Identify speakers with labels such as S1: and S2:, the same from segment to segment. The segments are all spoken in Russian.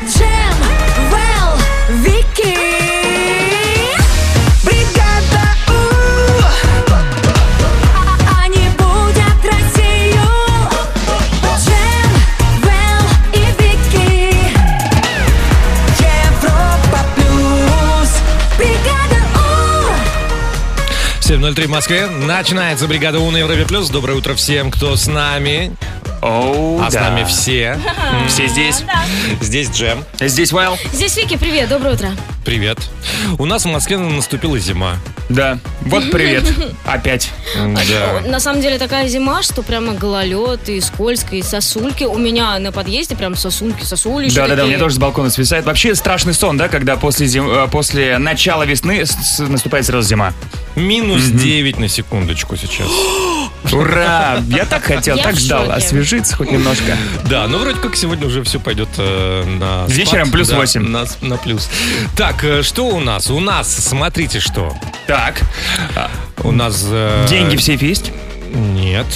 S1: Джем, Вэл, Вики. Бригада У. Они будят Россию. Джем, Вэл и Вики. Европа плюс. Бригада У.
S2: 7.03 в Москве. Начинается бригада У на Европе Плюс. Доброе утро всем, кто с нами.
S3: Оу,
S2: А с
S3: да.
S2: нами все.
S3: Все здесь.
S2: Здесь Джем.
S3: Здесь Вайл.
S4: Здесь Вики, привет, доброе утро.
S2: Привет. У нас в Москве наступила зима.
S3: Да. Вот привет. Опять.
S2: Да.
S4: На самом деле такая зима, что прямо гололед и скользко, и сосульки. У меня на подъезде прям сосульки, сосули.
S3: Да, да, да, у меня тоже с балкона свисает. Вообще страшный сон, да, когда после, зим- э, после начала весны с- с- наступает сразу зима.
S2: Минус 9 на секундочку сейчас.
S3: Ура! Я так хотел,
S4: Я
S3: так
S4: в
S3: ждал.
S4: шоке.
S3: Освежиться хоть немножко.
S2: Да, ну вроде как сегодня уже все пойдет э, на спад.
S3: Вечером плюс
S2: Да,
S3: восемь.
S2: На, с- на плюс. Так, э, что у нас? У нас, смотрите, что.
S3: Так.
S2: У нас... э,
S3: Деньги в сейфе есть?
S2: Нет.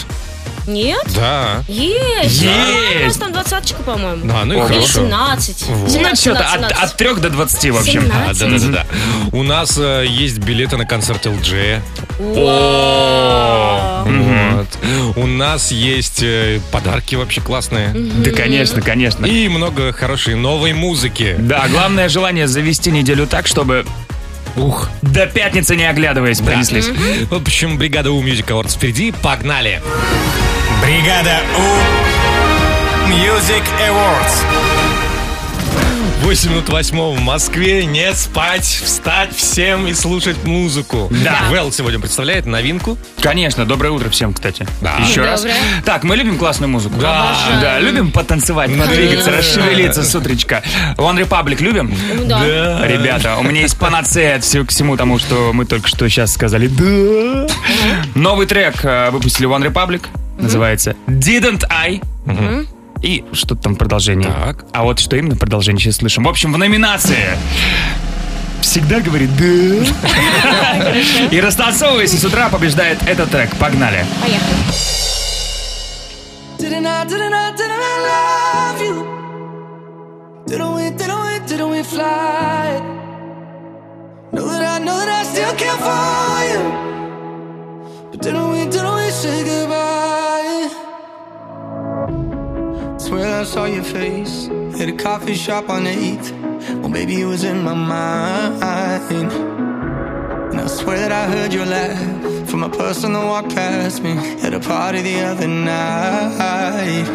S4: Нет?
S2: Да.
S4: Есть.
S3: Есть.
S4: Да, У нас там двадцаточка, по-моему.
S2: Да, ну и
S3: О,
S4: Или
S2: хорошо.
S4: 17.
S2: Вот.
S4: 17,
S3: Что-то
S4: 17,
S3: Ну, от,
S4: 17.
S3: от 3 до 20, в общем.
S4: Ну Семнадцать.
S2: А, да, да, да, да. У нас э, есть билеты на концерт LG.
S4: Вау.
S2: Вот. У нас есть э, подарки вообще классные.
S3: Да, конечно, конечно.
S2: И много хорошей новой музыки.
S3: Да, главное желание завести неделю так, чтобы
S2: Ух.
S3: до пятницы не оглядываясь пронеслись.
S2: В общем, бригада У Music Awards впереди. Погнали!
S5: Бригада У. Music Awards.
S2: 8 минут 8 в Москве. Не спать, встать всем и слушать музыку.
S3: Да.
S2: Вэл сегодня представляет новинку.
S3: Конечно, доброе утро всем, кстати.
S2: Да.
S3: Еще раз.
S4: Доброе.
S3: Так, мы любим классную музыку.
S2: Да. Обожаем.
S3: Да, любим потанцевать, подвигаться, расшевелиться с утречка. One Republic любим?
S4: Ну да.
S3: Ребята, у меня есть панацея от всего- к всему тому, что мы только что сейчас сказали. Да. Новый трек э, выпустили One Republic. Называется Didn't I. И что-то там продолжение.
S2: Так.
S3: А вот что именно продолжение сейчас слышим. В общем, в номинации. Всегда говорит да. И растанцовываясь, и с утра побеждает этот трек. Погнали.
S4: Поехали.
S6: Didn't I, didn't I, didn't I love you? Didn't we, didn't we, didn't we fly? Know that I know that I still care for you. But didn't we, didn't we say goodbye? Swear I saw your face at a coffee shop on the 8th. Well, maybe it was in my mind. And I swear that I heard your laugh from a person that walked past me at a party the other night.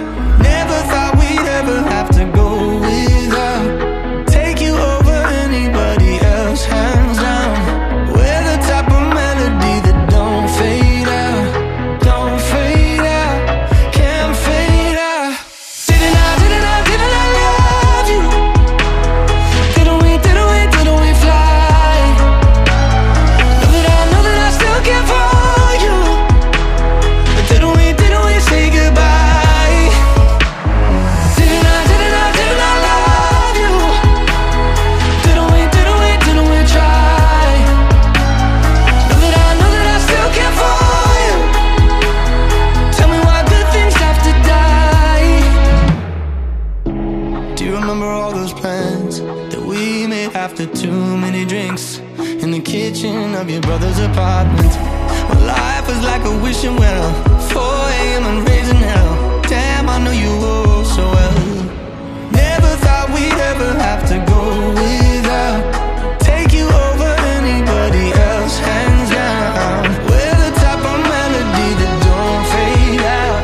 S6: Never thought we'd ever have to go without. Take you over anybody else, hands down. We're the type of melody that don't fade out. Don't fade out. Can't fade out. Didn't I, didn't I, didn't I love you? Didn't we, didn't we, didn't we fly? Know that I know that I still care for you. But didn't we, didn't we say goodbye? Didn't I, didn't I, didn't I love you? Didn't we, didn't we, didn't we try? Know that I know that I still care for you. Tell me why good things have to die. Do you remember all those plans that we made after too many drinks in the kitchen of your brother's apartment? Well, life was like a wishing well, 4 a.m. and raising hell. Damn, I know you oh so well. Never thought we'd ever have to go without. Take you over anybody else, hands down. We're the type of melody that don't fade out.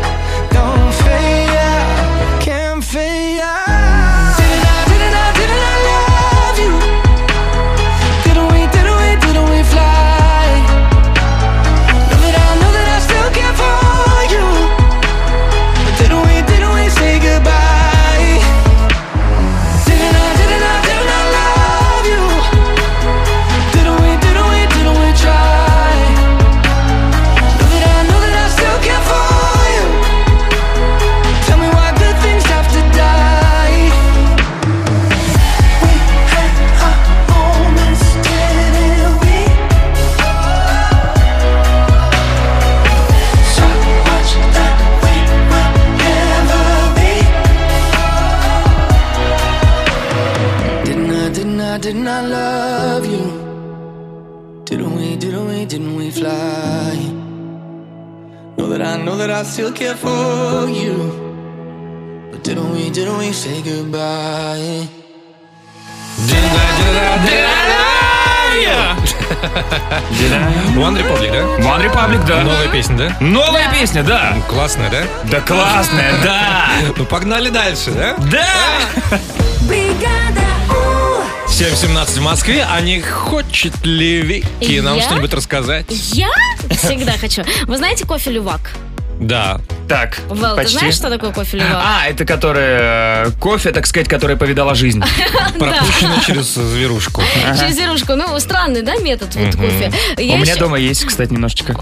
S6: Don't fade out. Can't fade out. Didn't I, didn't I, didn't I love you? Didn't we, didn't we, didn't we fly? Know that I know that I still care for you. But didn't we, didn't we say goodbye? Didn't I did not love you. Didn't we, didn't we, didn't we fly? Know that I know that I still care for you. But didn't we, didn't we say goodbye?
S2: One Republic, да?
S3: One Republic, да. Ну.
S2: Новая песня, да?
S3: Новая песня, да.
S2: Классная, да?
S3: Да классная, да.
S2: Ну, погнали дальше, да?
S3: Да.
S1: бригада У,
S2: 7.17 в Москве, а не хочет ли Вики нам
S4: Я?
S2: что-нибудь рассказать?
S4: Я всегда хочу. Вы знаете кофе лювак?
S2: Да.
S3: Так,
S4: Вэл, ты
S3: почти.
S4: знаешь, что такое кофе лювак?
S3: А, это которая э, кофе, так сказать, которая повидала жизнь.
S4: А,
S2: Пропущено через зверушку.
S4: Через зерушку. Ну, странный, да, метод вот кофе? Я
S3: У меня
S4: ещё-
S3: дома есть, кстати, немножечко.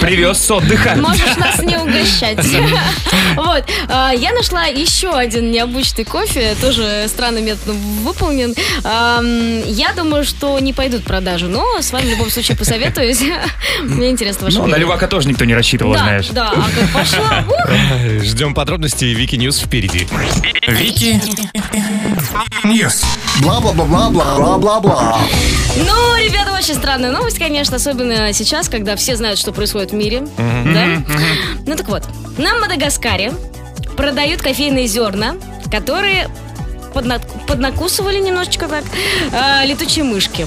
S3: Привез с отдыха.
S4: Можешь нас не угощать. Вот. А, Я нашла еще один необычный кофе, тоже странным методом выполнен. Ам, Я думаю, что не пойдут в продажу, но с вами в любом случае посоветуюсь. Мне интересно ваше
S3: Ну, на
S4: мнение.
S3: Левака тоже никто не рассчитывал,
S4: Да,
S3: знаешь.
S4: да, а как пошла, ух,
S2: Ждем подробностей Вики Ньюс впереди.
S5: Вики Ньюс.
S7: Бла-бла-бла-бла-бла-бла-бла.
S4: Ну, ребята, очень странная новость, конечно, особенно сейчас, когда все знают, что происходит в мире. Да? Ну так вот, на Мадагаскаре продают кофейные зерна, которые подна- поднакусывали немножечко так э, летучие мышки.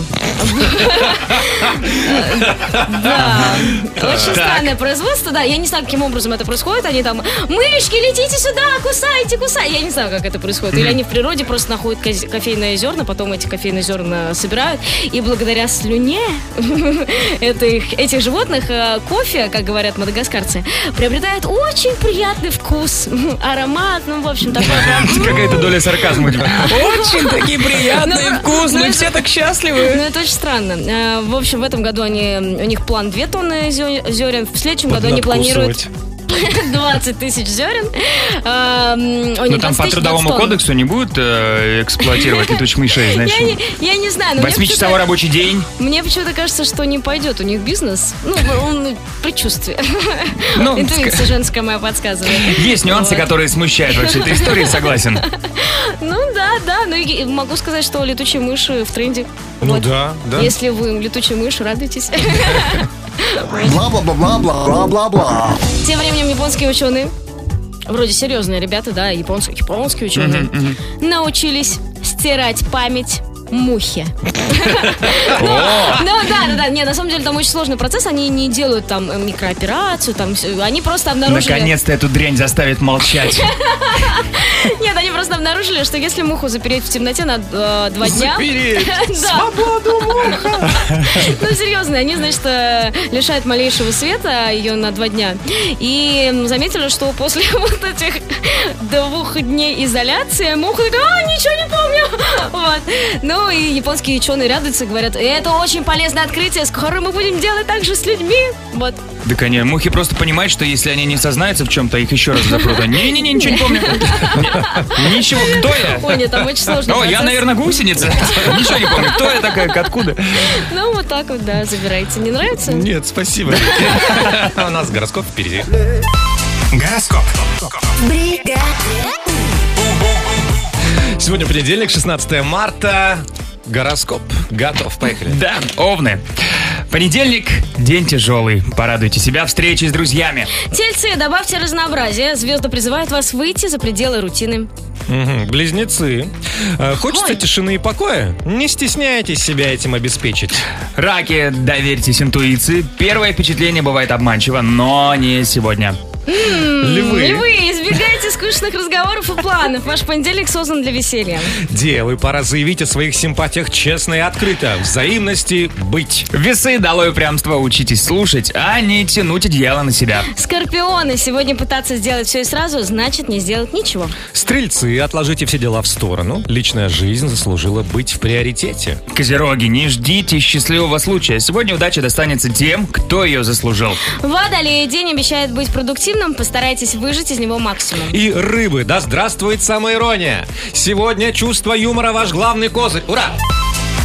S4: Да, А, очень странное производство, да. Я не знаю, каким образом это происходит. Они там, мышки, летите сюда, кусайте, кусайте. Я не знаю, как это происходит. Или они в природе просто находят козе- кофейные зерна, потом эти кофейные зерна собирают. И благодаря слюне этих, этих животных э, кофе, как говорят мадагаскарцы, приобретает очень приятный вкус, аромат, ну, в общем, такой прям...
S3: Какая-то доля сарказма.
S4: Очень такие приятные, вкусные, ну, все так счастливы. Ну, это очень странно. Э, В общем, в этом году они, у них план 2 тонны зё- зерен, в следующем году они планируют
S2: Поднадкусывать.
S4: 20 тысяч зерен. Э, м,
S3: Ну
S4: у них
S3: там
S4: 20
S3: по
S4: тысяч
S3: трудовому
S4: 20 тонн.
S3: кодексу не будут э, эксплуатировать летучих мышей, знаешь.
S4: Я не, я не знаю, но мне
S3: Восьмичасовой
S4: почему-то-
S3: рабочий день.
S4: мне почему-то кажется, что не пойдет у них бизнес. Ну, он предчувствие.
S3: Ну,
S4: Интуиция женская моя подсказывает.
S3: Есть нюансы,
S4: Вот.
S3: которые смущают вообще этой истории, согласен.
S4: Ну да, да. Ну и могу сказать, что летучие мыши в тренде.
S2: Ну
S4: Вот.
S2: да, да.
S4: Если вы летучие мыши, радуйтесь.
S7: Бла-бла-бла-бла-бла-бла-бла.
S4: Тем временем японские ученые, вроде серьезные ребята, да, японские, японские ученые, научились стирать память мухи. Ну да, да, да, не, на самом деле там очень сложный процесс, они не делают там э, микрооперацию, там, всё, они просто обнаружили...
S3: Наконец-то эту дрянь заставит молчать.
S4: Нет, они просто обнаружили, что если муху запереть в темноте на э, два дня... Свободу муха! Ну, серьезно, они, значит, э, лишают малейшего света ее на два дня. И м, заметили, что после вот этих двух дней изоляции муха такая, а, ничего не помню. Вот. Ну, и японские ученые радуются, говорят, это очень полезное открытие, скоро мы будем делать так же с людьми. Вот.
S3: Да, конечно, мухи просто понимают, что если они не сознаются в чем-то, их еще раз запрут. Они, Не-не-не, ничего не помню. Не- Ничего, кто я?
S4: Ой, нет, там очень сложно.
S3: О, я, наверное, гусеница. Ничего не помню. Кто я такая, откуда?
S4: Ну, вот так вот, да, забирайте. Не нравится?
S2: Нет, спасибо. Вики. У нас гороскоп впереди.
S5: Гороскоп.
S2: Сегодня понедельник, 16 марта. Гороскоп готов. Поехали.
S3: Да, овны. Понедельник – день тяжелый. Порадуйте себя встречей с друзьями.
S4: Тельцы, добавьте разнообразие. Звезды призывают вас выйти за пределы рутины.
S2: Мгм. Близнецы. Э, Хочется
S4: Ой.
S2: тишины и покоя? Не стесняйтесь себя этим обеспечить.
S3: Раки, доверьтесь интуиции. Первое впечатление бывает обманчиво, но не сегодня.
S4: И
S2: Львы.
S4: вы избегайте скучных разговоров и планов. Ваш понедельник создан для веселья.
S2: Девы, пора заявить о своих симпатиях честно и открыто. Взаимности быть.
S3: Весы, долой упрямство, учитесь слушать, а не тянуть одеяло на себя.
S4: Скорпионы, сегодня пытаться сделать все и сразу, значит не сделать ничего.
S2: Стрельцы, отложите все дела в сторону. Личная жизнь заслужила быть в приоритете.
S3: Козероги, не ждите счастливого случая. Сегодня удача достанется тем, кто ее заслужил.
S4: Водолеи, день обещает быть продуктивным, постарайтесь выжить из него максимум.
S2: И рыбы, да здравствует самоирония. Сегодня чувство юмора ваш главный козырь. Ура!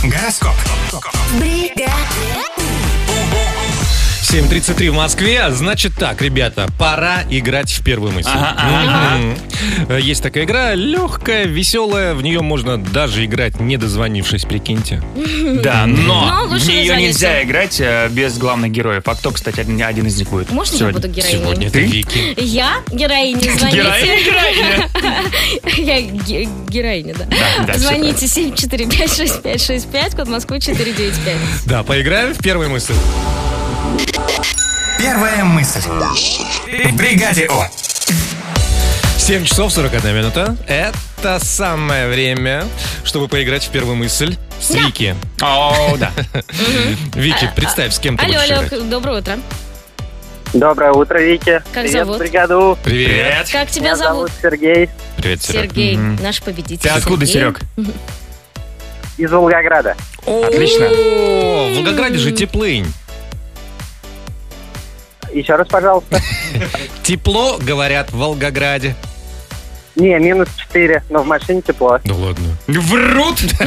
S5: Гороскоп.
S2: 7.33 в Москве. Значит так, ребята, пора играть в первую мысль.
S3: Ага, ага,
S2: Мгм. Э, Есть такая игра, легкая, веселая. В нее можно даже играть, не дозвонившись, прикиньте.
S3: Да,
S4: Но
S3: но в
S4: лучше не
S3: нее
S4: звонить.
S3: нельзя играть э, без главных героев. А кто, кстати, один один из них будет?
S4: Можно я
S3: сегодня?
S4: буду героиней?
S2: Сегодня это
S3: Ты?
S2: Вики.
S4: Я героиня,
S3: Героиня,
S4: звоните.
S3: героиня.
S4: Я ге- героиня, да.
S3: да, всё
S4: Звоните 745-6565, код Москвы 495.
S2: Да, поиграем в первую мысль.
S5: Первая мысль.
S3: Э,
S5: Бригаде О.
S2: 7 часов 41 минута. Это самое время, чтобы поиграть в первую мысль с Вики.
S3: О, да.
S2: Вики, представь, с кем ты
S4: а, Алло,
S2: будешь
S4: алло,
S2: играть.
S4: к- доброе утро.
S8: Доброе утро, Вики.
S4: Как
S8: Привет,
S4: зовут?
S8: бригаду.
S2: Привет.
S3: Привет.
S4: Как тебя
S8: Меня
S4: зовут?
S8: зовут Сергей
S2: Привет, Серег.
S4: Сергей, наш
S3: Ты
S4: победитель.
S3: откуда,
S4: Сергей.
S3: Серег?
S8: из Волгограда.
S3: Отлично.
S2: О, в Волгограде же теплынь.
S8: Еще раз, пожалуйста.
S2: Тепло, говорят, в Волгограде.
S8: Не, минус 4, но в машине тепло.
S2: Да ладно.
S3: Врут.
S4: Эх,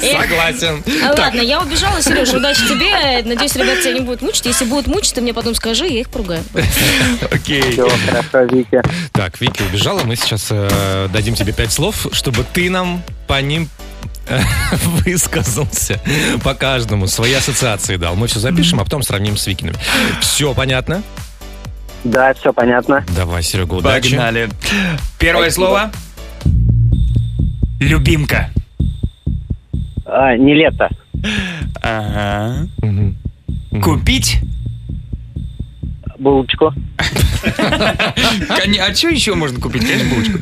S2: Согласен.
S4: а
S2: Так,
S4: Э, Ладно, я убежала, Сереж, удачи тебе. Надеюсь, ребят тебя не будут мучить. Если будут мучить, ты мне потом скажи, я их поругаю.
S2: окей.
S8: Все, хорошо, Вики.
S2: Так, Вики убежала. Мы сейчас э, дадим тебе пять слов, чтобы ты нам по ним э, высказался по каждому, свои ассоциации дал. Мы все запишем, а потом сравним с Викиными. Все понятно?
S8: Да, все понятно.
S2: Давай, Серега, удачи.
S3: Погнали. Первое слово. Любимка.
S8: А, не лето.
S3: Ага.
S2: Мгм.
S3: Купить?
S8: Булочку.
S3: Кони- А что еще можно купить? Конечно, булочку.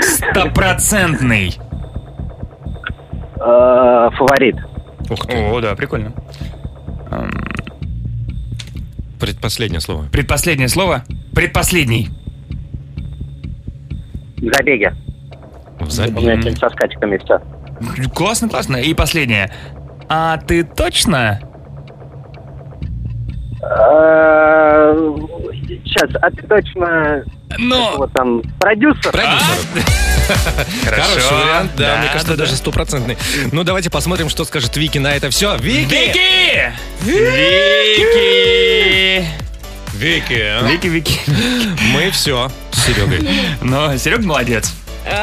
S3: Стопроцентный.
S8: А, фаворит.
S2: Ух ты,
S3: О, да, прикольно. Эм,
S2: предпоследнее слово.
S3: Предпоследнее слово. Предпоследний.
S8: В забеге.
S2: В
S8: У
S2: забеге.
S8: меня сегодня со скачками все.
S3: Классно, классно. И последнее. А ты точно?
S8: Сейчас, а ты точно как
S3: Но...
S8: его там продюсер?
S2: Продюсер. Хороший вариант, да, мне кажется, даже стопроцентный. Ну, давайте посмотрим, что скажет Вики на это все. Вики!
S3: Вики! Вики!
S2: Вики! а?
S3: Вики, Вики.
S2: Мы все с Серегой.
S3: Но Серег молодец.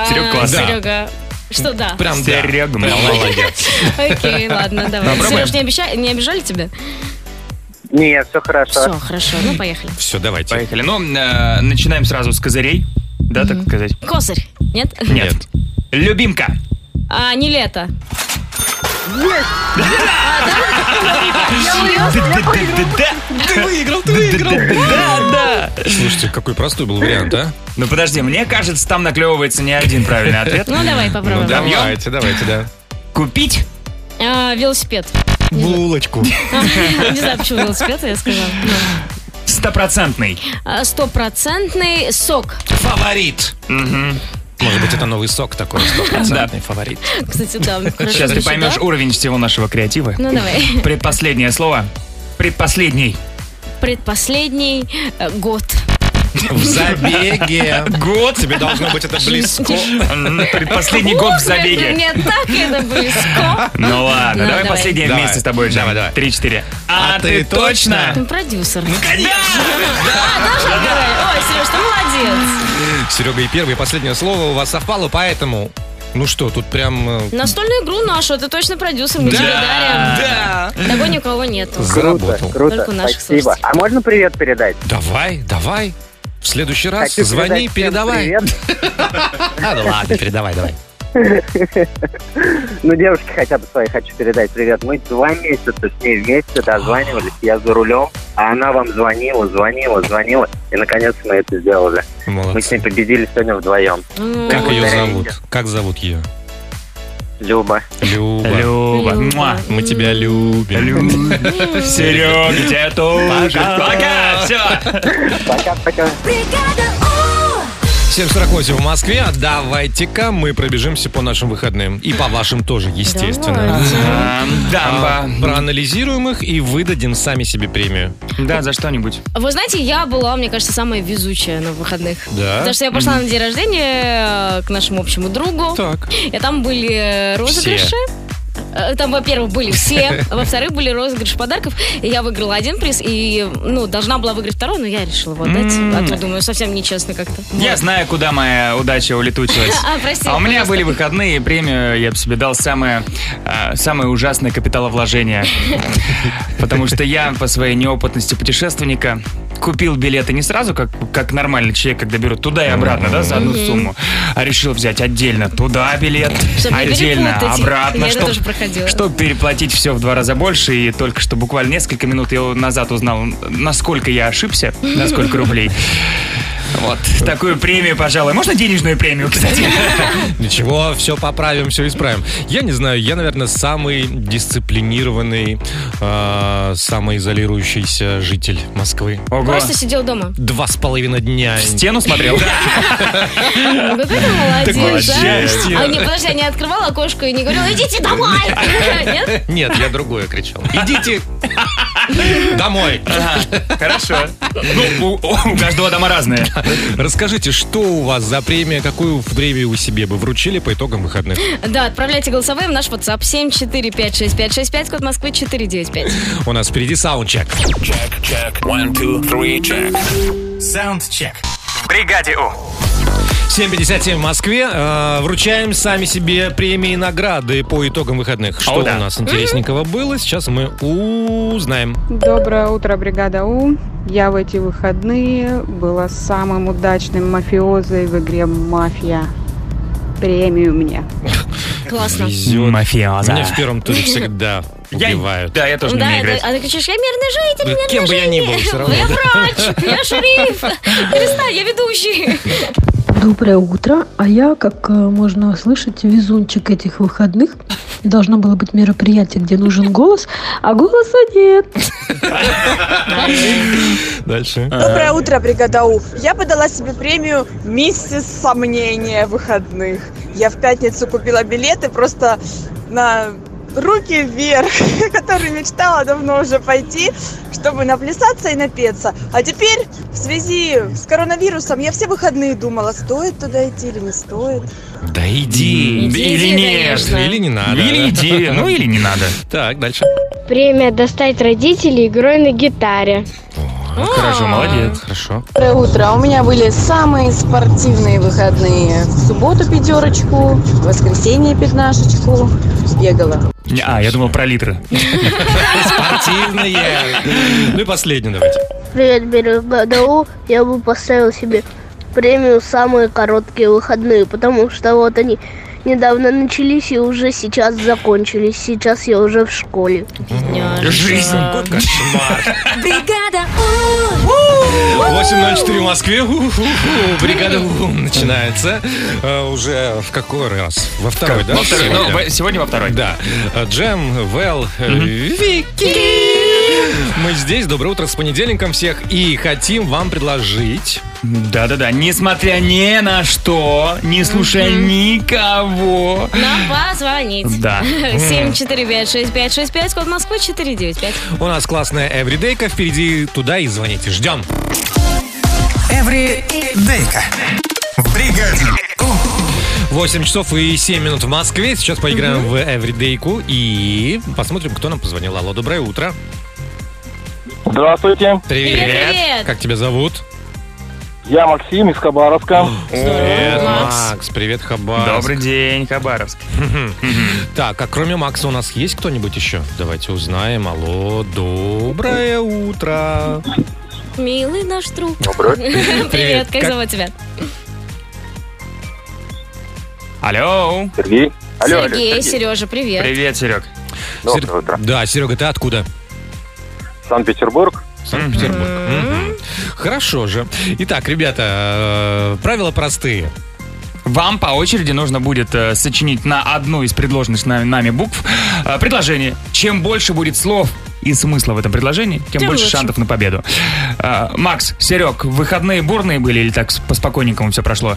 S3: Серег
S4: А,
S3: классно.
S4: Серега. Что да?
S2: Прям да.
S3: Серега
S2: Прям
S3: молодец.
S4: Окей, ладно, давай.
S3: Попробуем.
S4: Сереж, не обеща- не обижали тебя?
S8: Нет, все
S4: Все,
S8: хорошо.
S4: хорошо, ну поехали.
S2: Все, давайте.
S3: Поехали. Ну, э, начинаем сразу с козырей. Да, так сказать?
S4: Косарь, нет?
S3: Нет. Любимка.
S4: А, не лето.
S3: Да-да-да-да-да.
S2: Ты выиграл, ты выиграл!
S3: Да-да.
S2: Слушайте, какой простой был вариант, а?
S3: Ну подожди, мне кажется, там наклевывается не один правильный ответ.
S4: Ну, давай попробуем.
S2: давайте, давайте, да.
S3: Купить?
S4: А, велосипед.
S2: Булочку.
S4: Не знаю, почему велосипед, я сказала.
S3: Стопроцентный.
S4: А, Стопроцентный сок.
S2: Фаворит. Может быть, это новый сок такой, стопроцентный фаворит.
S4: Кстати, да. хорошо
S3: Сейчас ты
S4: звучит,
S3: поймешь
S4: да?
S3: уровень всего нашего креатива.
S4: Ну, давай.
S3: Предпоследнее слово. Предпоследний.
S4: Предпоследний э, год.
S2: В забеге.
S3: Год.
S2: Тебе должно быть это близко.
S3: М, Предпоследний год в забеге.
S4: ну Мне так это близко.
S3: Ну ладно,
S4: Ну,
S3: давай
S4: давай.
S3: последнее
S2: Давай.
S3: вместе с тобой. Жень.
S2: Давай, давай.
S3: Три-четыре.
S2: А ты точно?
S4: Ну, Продюсер. А,
S3: Конечно!
S4: Ой, Сереж, ты молодец.
S2: Серега, и первое, и последнее слово у вас совпало, поэтому... Ну что, тут прям... э,
S4: Ну, Настольную игру нашу, ты точно продюсер, мы тебе дарим.
S3: Да!
S4: Такой ни у кого нету.
S8: Круто,
S2: Заработал.
S8: круто,
S4: Только у наших
S8: спасибо.
S4: слушателей.
S8: А можно привет передать?
S2: Давай, давай. В следующий раз
S8: Хочу
S2: звони,
S8: передать всем
S2: передавай.
S8: Привет.
S2: А, ну ладно, передавай, давай.
S8: Ну, девушке хотя бы своей хочу передать привет. Мы два месяца с ней вместе дозванивались, я за рулем, а она вам звонила, звонила, звонила, и, наконец, мы это сделали. Мы с ней
S2: Молодцы.
S8: победили сегодня вдвоем.
S4: М,
S2: Как ее
S8: Благодаря
S2: зовут?
S8: Инге.
S2: Как зовут ее?
S8: Люба.
S2: Люба.
S3: Люба.
S4: Люба.
S3: Муа.
S2: Мы тебя любим.
S3: Люба. Серега, тебя тоже. Пока. Все.
S8: Пока-пока.
S1: бригада У.
S2: 7.48 в Москве. Давайте-ка мы пробежимся по нашим выходным. И по вашим тоже, естественно.
S4: Давайте.
S2: А,
S3: Дамба.
S2: проанализируем их и выдадим сами себе премию.
S3: Да, за что-нибудь.
S4: Вы знаете, я была, мне кажется, самая везучая на выходных.
S2: Да?
S4: Потому что я пошла на день рождения э, к нашему общему другу.
S2: Так.
S4: И там были розыгрыши. Э, Там, во-первых, были все, во-вторых, были розыгрыши подарков, и я выиграла один приз, и, ну, должна была выиграть второй, но я решила вот дать, а то, думаю, совсем нечестно как-то.
S3: Я знаю, куда моя удача улетучилась.
S4: А, прости,
S3: А у меня
S4: пожалуйста.
S3: были выходные, и премию я бы себе дал самое, а, самое ужасное капиталовложение. Потому что я по своей неопытности путешественника купил билеты не сразу, как, как нормальный человек, когда берут туда и обратно, да, за одну сумму, а решил взять отдельно туда билет,
S4: Чтобы не
S3: отдельно
S4: перепутать.
S3: обратно,
S4: Я это
S3: чтоб-
S4: тоже проходила.
S3: чтоб переплатить все в два раза больше. И только что буквально несколько минут я назад узнал, насколько я ошибся, на сколько рублей. Вот, такую премию, пожалуй. Можно денежную премию, кстати?
S2: Ничего, все поправим, все исправим. Я не знаю, я, наверное, самый дисциплинированный, э, самый изолирующийся житель Москвы.
S3: Ого.
S4: Просто сидел дома.
S2: Два с половиной дня.
S3: В стену смотрел?
S4: Ну, какой ты молодец,
S2: молодец.
S4: да? А, не, подожди, я не открывала окошко и не говорила, идите домой! Нет?
S2: Нет, я другое кричал. Идите домой.
S3: Хорошо. Ну, у- у каждого дома разные.
S2: Расскажите, что у вас за премия, какую премию вы себе бы вручили по итогам выходных?
S4: Да, отправляйте голосовые в наш WhatsApp 7456565, код Москвы 495.
S2: У нас впереди саундчек.
S5: Саундчек.
S2: 7.57 в Москве. Э, Вручаем сами себе премии и награды по итогам выходных. Что
S3: да.
S2: у нас интересненького было, сейчас мы узнаем.
S9: Доброе утро, бригада У. Я в эти выходные была самым удачным мафиозой в игре «Мафия». Премию мне.
S4: Классно.
S2: Везет.
S3: Мафиоза.
S2: Меня в первом туре всегда
S3: Я,
S2: убивают.
S3: да, я тоже не
S4: Да,
S3: умею
S4: это-
S3: играть.
S4: а ты кричишь, я мирный житель, мирный
S2: Кем бы я ни был, все равно.
S4: Я врач, я шериф. Перестань, я ведущий.
S10: Доброе утро. А я, как э, можно слышать, везунчик этих выходных. Должно было быть мероприятие, где нужен голос, а голоса нет.
S2: Дальше.
S9: Доброе
S10: утро, бригада У.
S9: Я подала себе премию «Миссис Сомнения выходных». Я в пятницу купила билеты просто на руки вверх, который мечтала давно уже пойти, чтобы наплясаться и напеться. А теперь в связи с коронавирусом я все выходные думала, стоит туда идти или не стоит.
S2: Да иди.
S4: Иди,
S3: Или
S4: иди,
S3: нет.
S4: конечно.
S2: Или не надо.
S3: Или иди, ну или не надо.
S2: Так, дальше.
S10: Премия достать родителей игрой на гитаре.
S3: Хорошо,
S4: А.
S3: молодец. Хорошо.
S9: Доброе утро. У меня были самые спортивные выходные. В субботу пятерочку, в воскресенье пятнашечку. Бегала.
S3: А, я думал про литры.
S2: Спортивные. Ну и последний давайте.
S10: Привет, бригада У. Я бы поставил себе премию «Самые короткие выходные», потому что вот они недавно начались и уже сейчас закончились. Сейчас я уже в школе.
S3: Жизнь.
S2: Кошмар.
S1: Бригада У!
S2: 8.04 в Москве. Ху-ху-ху. Бригада У начинается. Э, Уже в какой раз? Во второй, да?
S3: Во второй, ну,
S2: сегодня?
S3: во- Сегодня во второй.
S2: Да. Э, Джем, Вэл, э, Вики. Мы здесь. Доброе утро с понедельником всех. И хотим вам предложить...
S3: Да-да-да, несмотря ни на что, не слушая никого.
S4: Нам позвонить.
S3: Да.
S4: 7456565, код Москвы 495.
S2: У нас классная эвридейка. Впереди туда и звоните. Ждем.
S5: Эври Дейка. В бригаде.
S2: 8 часов и 7 минут в Москве. Сейчас поиграем в эвридейку и посмотрим, кто нам позвонил. Алло, доброе утро.
S8: Здравствуйте,
S2: Привет.
S4: Привет, привет.
S2: Как тебя зовут?
S8: я Максим из Хабаровска.
S2: Привет,
S4: Макс.
S2: Макс. Привет, Хабар.
S3: Добрый день, Хабаровск.
S2: Так, а кроме Макса у нас есть кто-нибудь еще? Давайте узнаем. Алло, доброе утро.
S4: Милый наш друг.
S2: Привет,
S4: Привет, как
S2: как-
S4: зовут тебя?
S3: Алло.
S8: Сергей.
S4: Сергей, Сережа, привет.
S3: Привет, Серег.
S8: Доброе
S2: Сер-
S8: утро.
S2: Да, Серега, ты откуда?
S8: Санкт-Петербург.
S2: Санкт-Петербург. Мгм. Хорошо же. Итак, ребята, э, правила простые.
S3: Вам по очереди нужно будет э, сочинить на одну из предложенных нами, нами букв э, предложение. Чем больше будет слов и смысла в этом предложении, тем,
S4: Тем
S3: больше
S4: лучше.
S3: шансов на победу. Э, Макс, Серег, выходные бурные были или так с- по-спокойненькому все прошло?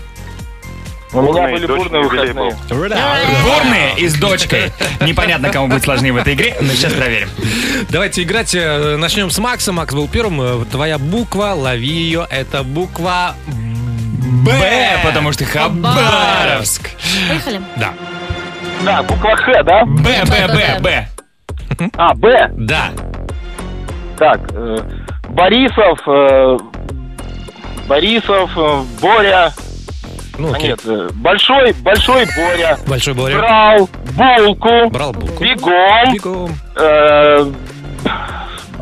S8: У меня были бурные выходные.
S3: Бурные и с дочкой. Непонятно, кому будет сложнее в этой игре, но сейчас проверим.
S2: Давайте играть. Э, Начнем с Макса. Макс был первым. Э, Твоя буква, лови ее. Это буква Б.
S3: Б, потому что Хабаровск.
S4: Поехали.
S2: Да.
S11: Да, буква Х, да?
S3: Б, Б, Б, Б.
S11: А, Б?
S2: Да.
S11: Так, э, Борисов, э, Борисов, э, Боря.
S2: Ну,
S11: А
S2: окей.
S11: нет, э, большой, большой Боря.
S2: Большой Боря.
S11: Брал булку.
S2: Брал булку.
S11: Бегом. э,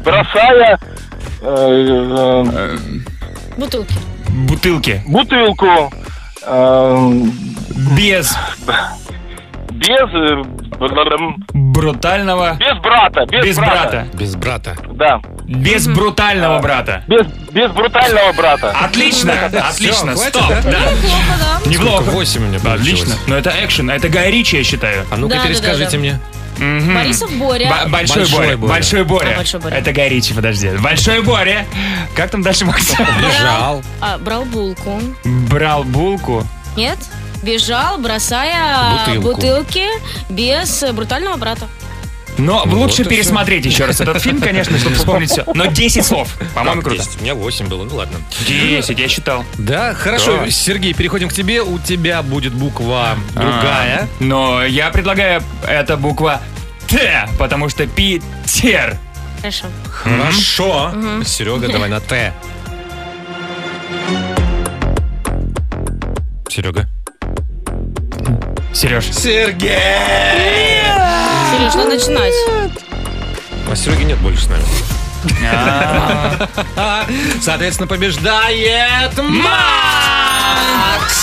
S11: бросая э, э,
S4: Бутылки.
S3: Бутылки.
S11: бутылку. эм,
S3: Без.
S11: Без... э, бр-
S3: Брутального.
S11: Без брата. Без,
S3: Без брата.
S2: Без брата.
S11: Да.
S3: Без брутального брата.
S11: Без, без брутального брата.
S3: Отлично, отлично,
S2: хватит,
S3: стоп,
S2: да?
S3: да.
S4: Неплохо, да.
S3: Неплохо.
S2: Сколько? Восемь у меня получилось.
S3: Отлично. Но это экшен, это Гай Ричи, я считаю.
S2: А ну-ка
S4: Да, да,
S2: перескажите
S4: да, да.
S2: мне.
S3: Мгм.
S4: Борисов Боря.
S3: Б- большой,
S2: Большой
S3: Боря.
S2: Боря.
S3: Большой Боря.
S4: А, Большой Боря.
S3: Это Гай Ричи, подожди. Большой Боря. Как там дальше, Максим?
S2: Бежал.
S4: А, брал булку.
S3: Брал булку.
S4: Нет? Бежал, бросая
S2: Бутылку.
S4: бутылки без э, брутального брата.
S3: Но
S2: Ну,
S3: лучше
S2: вот и
S3: пересмотреть еще раз этот фильм, конечно, чтобы вспомнить все. Но 10 слов. По-моему,
S2: Так,
S3: круто.
S2: 10. Ну, У меня 8 было, ну ладно.
S3: 10, я считал.
S2: Да, хорошо.
S3: Да.
S2: Сергей, переходим к тебе. У тебя будет буква другая.
S3: А, но я предлагаю это буква Т, потому что Питер.
S4: Хорошо.
S2: Хорошо. Серега, давай на Т. Серега.
S3: Сереж.
S2: Сергей!
S4: Сереж,
S3: ну
S4: надо начинать.
S2: А Сереги нет больше с нами.
S3: А.
S2: Соответственно, побеждает Макс!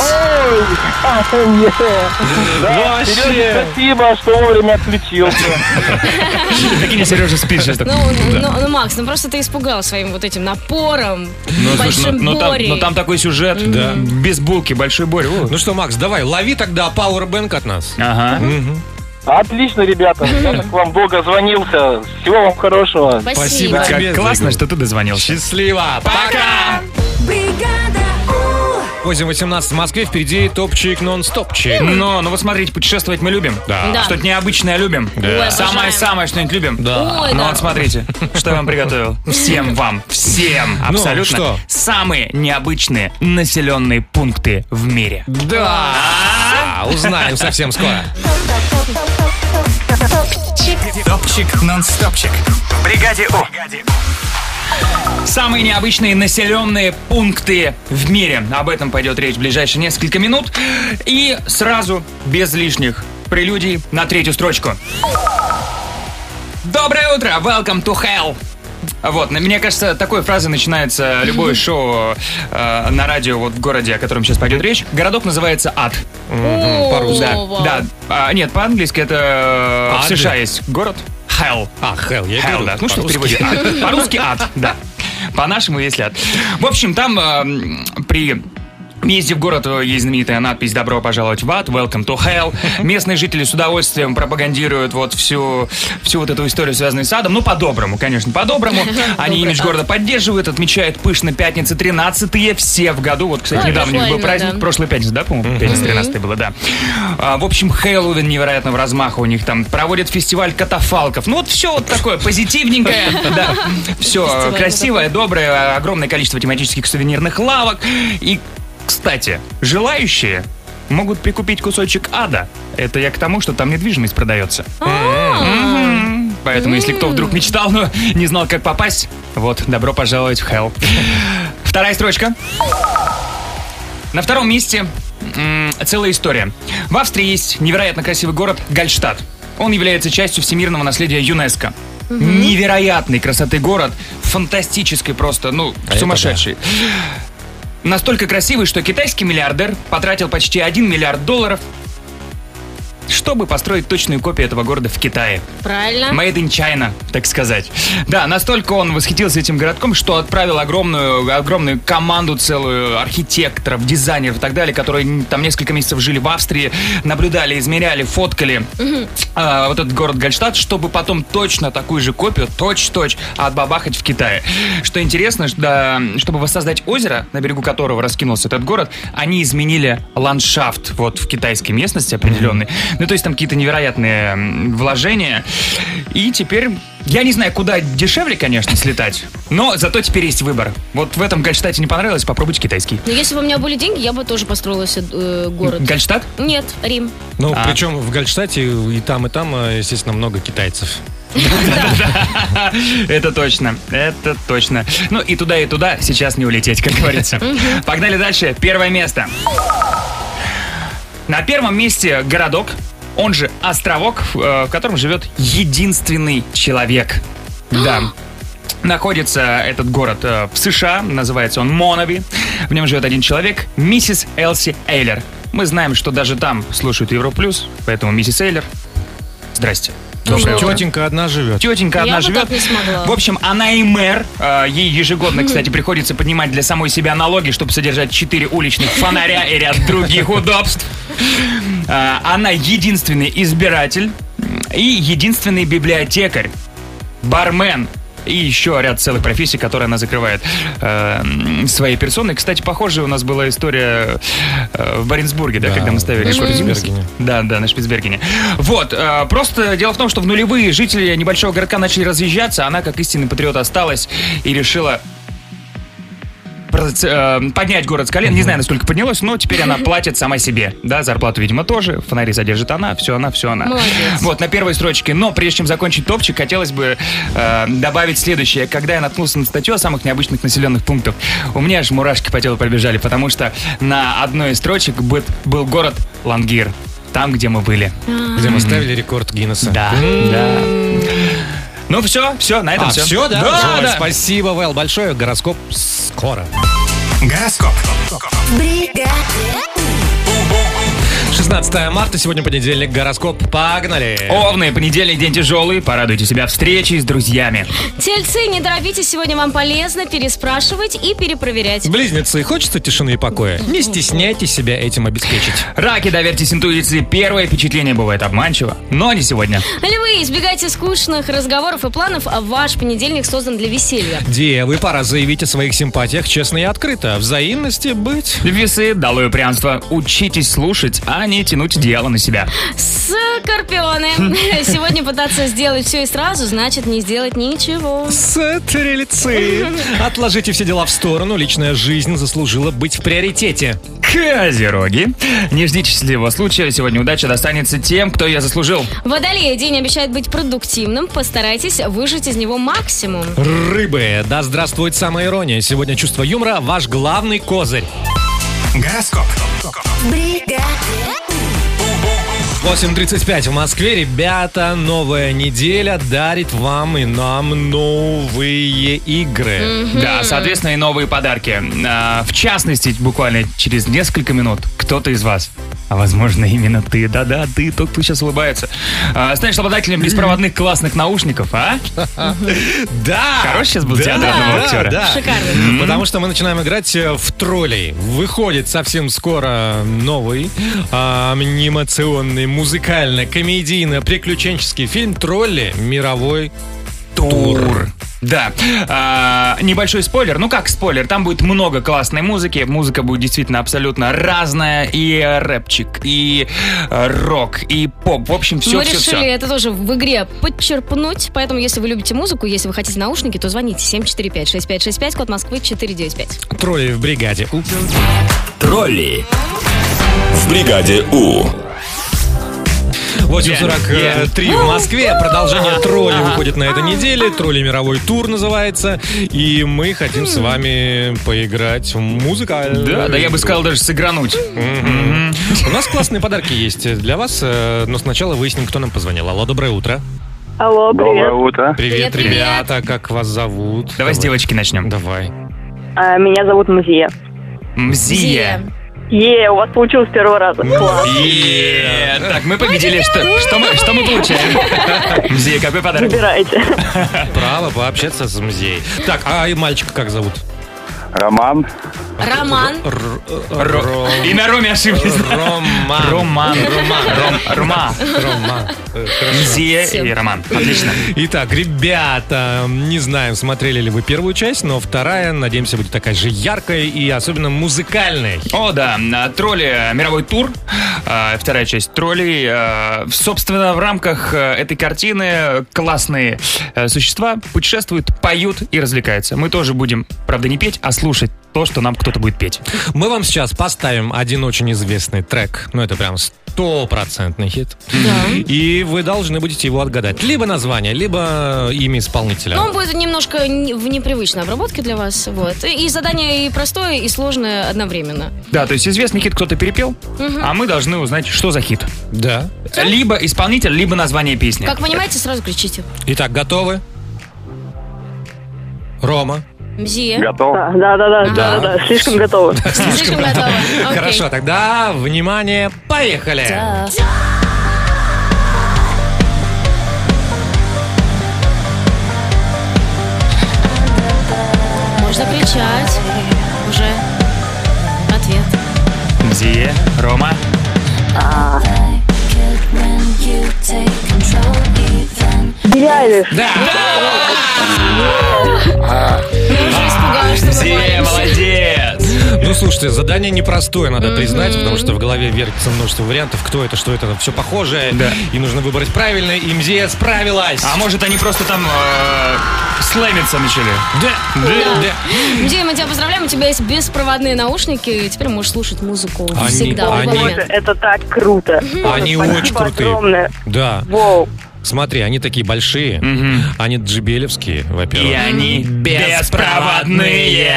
S11: Да,
S2: Вообще.
S11: Серёжа, спасибо, что вовремя отключился.
S3: Прикинь, Сережа спит сейчас такой.
S4: Ну, ну, ну, Макс, ну просто ты испугал своим вот этим напором,
S3: Ну, слушай,
S4: большим
S3: ну, ну там,
S4: Борей.
S3: ну, там такой сюжет.
S2: Да.
S3: Без булки, большой Боря. О.
S2: Ну что, Макс, давай, лови тогда пауэрбэнк от нас.
S3: Ага.
S11: Отлично, ребята. Я так вам долго звонился. Всего вам хорошего.
S4: Спасибо.
S2: спасибо тебе.
S3: Как классно, что ты дозвонился.
S2: Счастливо! Пока!
S1: Бригада У!
S2: 8.18 в Москве, впереди топчик нон-стопчик.
S3: Но, ну вот смотрите, путешествовать мы любим.
S2: Да.
S4: Да.
S3: Что-то необычное любим.
S4: Ой,
S3: Самое-самое что-нибудь любим.
S2: Да.
S4: Ой,
S3: Ну
S4: да.
S3: вот смотрите, что я вам приготовил. Всем вам, всем, абсолютно.
S2: Ну, что?
S3: Самые необычные населенные пункты в мире.
S2: Да! Узнаем совсем скоро.
S5: Топчик нон-стопчик. В Бригаде У.
S3: Самые необычные населенные пункты в мире. Об этом пойдет речь в ближайшие несколько минут. И сразу, без лишних прелюдий, на третью строчку. Доброе утро! Welcome to hell! Вот, на- мне кажется, такой фразы начинается любое шоу э, на радио вот в городе, о котором сейчас пойдет речь. Городок называется Ад.
S4: О,
S3: Да,
S4: вау.
S3: да. А, нет, по-английски это э, в
S2: Ад.
S3: США есть город Hell.
S2: А, хелл, я
S3: Hell,
S2: говорю.
S3: да. Ну что в переводе?
S2: по-русски.
S3: ад. По-русски ад, да. По-нашему, если ад. В общем, там э, м, при Въезде в город э, есть знаменитая надпись «Добро пожаловать в ад», «Welcome to hell». Местные жители с удовольствием пропагандируют вот всю, всю вот эту историю, связанную с адом. Ну, по-доброму, конечно, по-доброму. Они
S4: Добрый
S3: имидж
S4: ад.
S3: города поддерживают, отмечают пышно пятницы 13 все в году. Вот, кстати,
S4: Ой,
S3: недавно у них был
S4: прикольно,
S3: праздник,
S4: Ну, да.
S3: прошлой пятницы, да, по-моему? Пятница 13 было, да. А, в общем, Хэллоуин невероятного размаха у них там. Проводят фестиваль катафалков. Ну, вот все вот такое позитивненькое. Да. Все
S4: Фестиваль
S3: красивое, доброе, огромное количество тематических сувенирных лавок. И, кстати, желающие могут прикупить кусочек ада. Это я к тому, что там недвижимость продается. Мгм. Поэтому, если кто вдруг мечтал, но не знал, как попасть, вот, добро пожаловать в Hell. Вторая строчка. На втором месте м, целая история. В Австрии есть невероятно красивый город Гальштадт. Он является частью всемирного наследия ЮНЕСКО. Невероятной красоты город, фантастической просто, ну,
S2: это
S3: сумасшедший. Настолько красивый, что китайский миллиардер потратил почти 1 миллиард долларов, чтобы построить точную копию этого города в Китае.
S4: Правильно.
S3: Made in China, так сказать. Да, настолько он восхитился этим городком, что отправил огромную, огромную команду целую архитекторов, дизайнеров и так далее, которые н- там несколько месяцев жили в Австрии, наблюдали, измеряли, фоткали а, вот этот город Гольштадт, чтобы потом точно такую же копию, точь-точь, отбабахать в Китае. Что интересно, что, да, чтобы воссоздать озеро, на берегу которого раскинулся этот город, они изменили ландшафт вот в китайской местности определенный. Ну, то есть там какие-то невероятные м, вложения. И теперь Я не знаю, куда дешевле, конечно, слетать, но зато теперь есть выбор. Вот в этом Гольштате не понравилось, попробуйте китайский.
S4: Но Ну, если бы у меня были деньги, я бы тоже построила себе э, город.
S3: Гольштадт?
S4: Нет, Рим.
S2: Ну,
S3: А.
S2: причем в Гольштате и там, и там, э, естественно, много китайцев.
S3: Это точно, это точно. Ну и туда, и туда сейчас не улететь, как говорится. Погнали дальше. Первое место. На первом месте городок, он же островок, э, в котором живет единственный человек. Да. Находится этот город э, в США, называется он Монови. В нем живет один человек, миссис Элси Эйлер. Мы знаем, что даже там слушают Евро Плюс, поэтому миссис Эйлер, здрасте. Доброе утро.
S2: Тетенька одна живет.
S3: Тетенька одна
S4: Я бы
S3: живет.
S4: так не смогла.
S3: В общем, она и мэр. Э, Ей ежегодно, кстати, приходится поднимать для самой себя налоги, чтобы содержать четыре уличных фонаря и ряд других удобств. Э, Она единственный избиратель и единственный библиотекарь, бармен и еще ряд целых профессий, которые она закрывает э, м, своей персоной. Кстати, похожая у нас была история э, в Баренцбурге, да, когда мы ставили
S2: на
S3: Шпицбергене.
S2: Шпицбергене.
S3: Да, да, на Шпицбергене. Вот, э, просто дело в том, что в нулевые жители небольшого городка начали разъезжаться, она, как истинный патриот, осталась и решила проц- э, поднять город с колен. Не знаю, насколько поднялось, но теперь она платит сама себе. Да, зарплату, видимо, тоже. Фонари содержит она, все она, все она.
S12: Молодец.
S3: Вот, на первой строчке. Но прежде чем закончить топчик, хотелось бы э, добавить следующее. Когда я наткнулся на статью о самых необычных населенных пунктах, у меня аж мурашки по телу пробежали, потому что на одной из строчек быт- был город Лангир. Там, где мы были.
S2: Где мы ставили рекорд Гиннесса.
S3: Да, да. Ну все, все, на этом
S2: М-м-м. А,
S3: все.
S2: все, да?
S3: Да,
S2: Ой,
S3: да.
S2: Спасибо, Вэл, большое. Гороскоп скоро.
S5: Гороскоп.
S2: 16 марта, сегодня понедельник, гороскоп. Погнали!
S3: Овны, понедельник, день тяжелый. Порадуйте себя встречей с друзьями.
S4: Тельцы, не торопитесь, сегодня вам полезно переспрашивать и перепроверять.
S2: Близнецы, хочется тишины и покоя? Не стесняйте себя этим обеспечить.
S3: Раки, доверьтесь интуиции. Первое впечатление бывает обманчиво, но не сегодня.
S4: Львы, избегайте скучных разговоров и планов, а ваш понедельник создан для веселья.
S2: Девы, пора заявить о своих симпатиях честно и открыто. Взаимности быть.
S3: Весы, долой упрямство. Учитесь слушать, а не тянуть дело на себя.
S4: Скорпионы, сегодня пытаться сделать все и сразу, значит не сделать ничего.
S2: Стрельцы. Отложите все дела в сторону, личная жизнь заслужила быть в приоритете.
S3: Козероги. Не ждите счастливого случая. Сегодня удача достанется тем, кто ее заслужил.
S4: Водолея, день обещает быть продуктивным, постарайтесь выжать из него максимум.
S2: Рыбы, да здравствует самоирония. Сегодня чувство юмора – ваш главный козырь.
S5: Гороскоп.
S2: 8.35 в Москве. Ребята, новая неделя дарит вам и нам новые игры.
S3: Да, соответственно, и новые подарки. А, в частности, буквально через несколько минут кто-то из вас, а возможно именно ты, да-да, ты, тот, кто сейчас улыбается, а, станешь обладателем беспроводных классных наушников, а?
S2: Да!
S3: Хорош сейчас был театрального актера.
S2: Шикарно. Потому что мы начинаем играть э, в троллей. Выходит совсем скоро новый а, анимационный, музыкально-комедийно-приключенческий фильм «Тролли. Мировой тур».
S3: Да. А, небольшой спойлер. Ну как спойлер? Там будет много классной музыки. Музыка будет действительно абсолютно разная. И э, рэпчик, и э, рок, и поп. В общем, все,
S4: Мы
S3: все,
S4: решили
S3: все.
S4: это тоже в игре подчерпнуть, поэтому если вы любите музыку, если вы хотите наушники, то звоните 745-6565, код Москвы 495.
S2: Тролли в бригаде. У.
S13: Тролли в бригаде У.
S2: 8.43 э, в Москве. Продолжение
S3: А,
S2: тролли выходит на этой неделе. Тролли мировой тур называется. И мы хотим с вами поиграть в музыкальную.
S3: Да, да я бы
S2: игру.
S3: сказал даже сыгрануть.
S2: Мгм. У нас классные подарки есть для вас, э, но сначала выясним, кто нам позвонил. Алло, доброе утро.
S14: Алло, привет.
S2: утро. Привет,
S14: Привет, привет.
S2: ребята, как вас зовут? Давай,
S3: с девочки начнем.
S2: Давай.
S14: А, меня зовут Мзия.
S3: Мзия.
S14: Е, у вас получилось с первого раза. Класс.
S3: Е, Так, мы победили. Что, что, мы, что мы получаем? Мзия, какой подарок?
S14: Выбирайте.
S2: Право пообщаться с музеей. Так, а и мальчика как зовут?
S12: Роман.
S4: Роман.
S2: э,
S3: Ро- И на Роме ошиблись. Роман. Роман. Роман. Рома.
S2: Рома.
S3: Мсье и Роман. Отлично.
S2: Итак, ребята, не знаем, смотрели ли вы первую часть, но вторая, надеемся, будет такая же яркая и особенно музыкальная.
S3: О, да, а, тролли, а, мировой тур, а, вторая часть троллей. а, в- Собственно, в рамках а, этой картины классные а, существа путешествуют, поют и развлекаются. Мы тоже будем, правда, не петь, а слушать то, что нам кто-то будет петь.
S2: Мы вам сейчас поставим один очень известный трек. Ну, это прям стопроцентный хит. И вы должны будете его отгадать. Либо название, либо э, имя исполнителя.
S4: Ну, он будет немножко не- в непривычной обработке для вас. Вот. И, и задание и простое, и сложное одновременно.
S3: Да, то есть известный хит кто-то перепел,
S4: Мгм.
S3: а мы должны узнать, что за хит.
S2: Да.
S3: Либо исполнитель, либо название песни.
S4: Как понимаете, сразу кричите.
S2: Итак, готовы? Рома.
S4: Мзия.
S2: Готов.
S14: Да, да, да, да, да, да, да. слишком готова.
S4: Слишком готова. Окей.
S2: Хорошо, тогда, внимание, поехали.
S4: Можно кричать. Уже ответ.
S3: Мзие, Рома.
S14: Да.
S3: Мзие, молодец.
S2: Ну, слушайте, задание непростое, надо признать, потому что в голове вертится множество вариантов, кто это, что это, все похожее, и нужно выбрать правильно, и Мзея справилась.
S3: А может, они просто там э, слэмиться начали?
S2: Да,
S4: Да. Мзия, мы тебя поздравляем, у тебя есть беспроводные наушники, и теперь можешь слушать музыку
S2: Они-
S4: всегда. в любой
S2: они-
S4: момент.
S14: Это так круто.
S2: Они
S14: Спасибо
S2: очень крутые.
S14: огромное.
S2: Да.
S14: Воу.
S2: Смотри, они такие большие, они джибелевские, во-первых.
S3: И они беспроводные.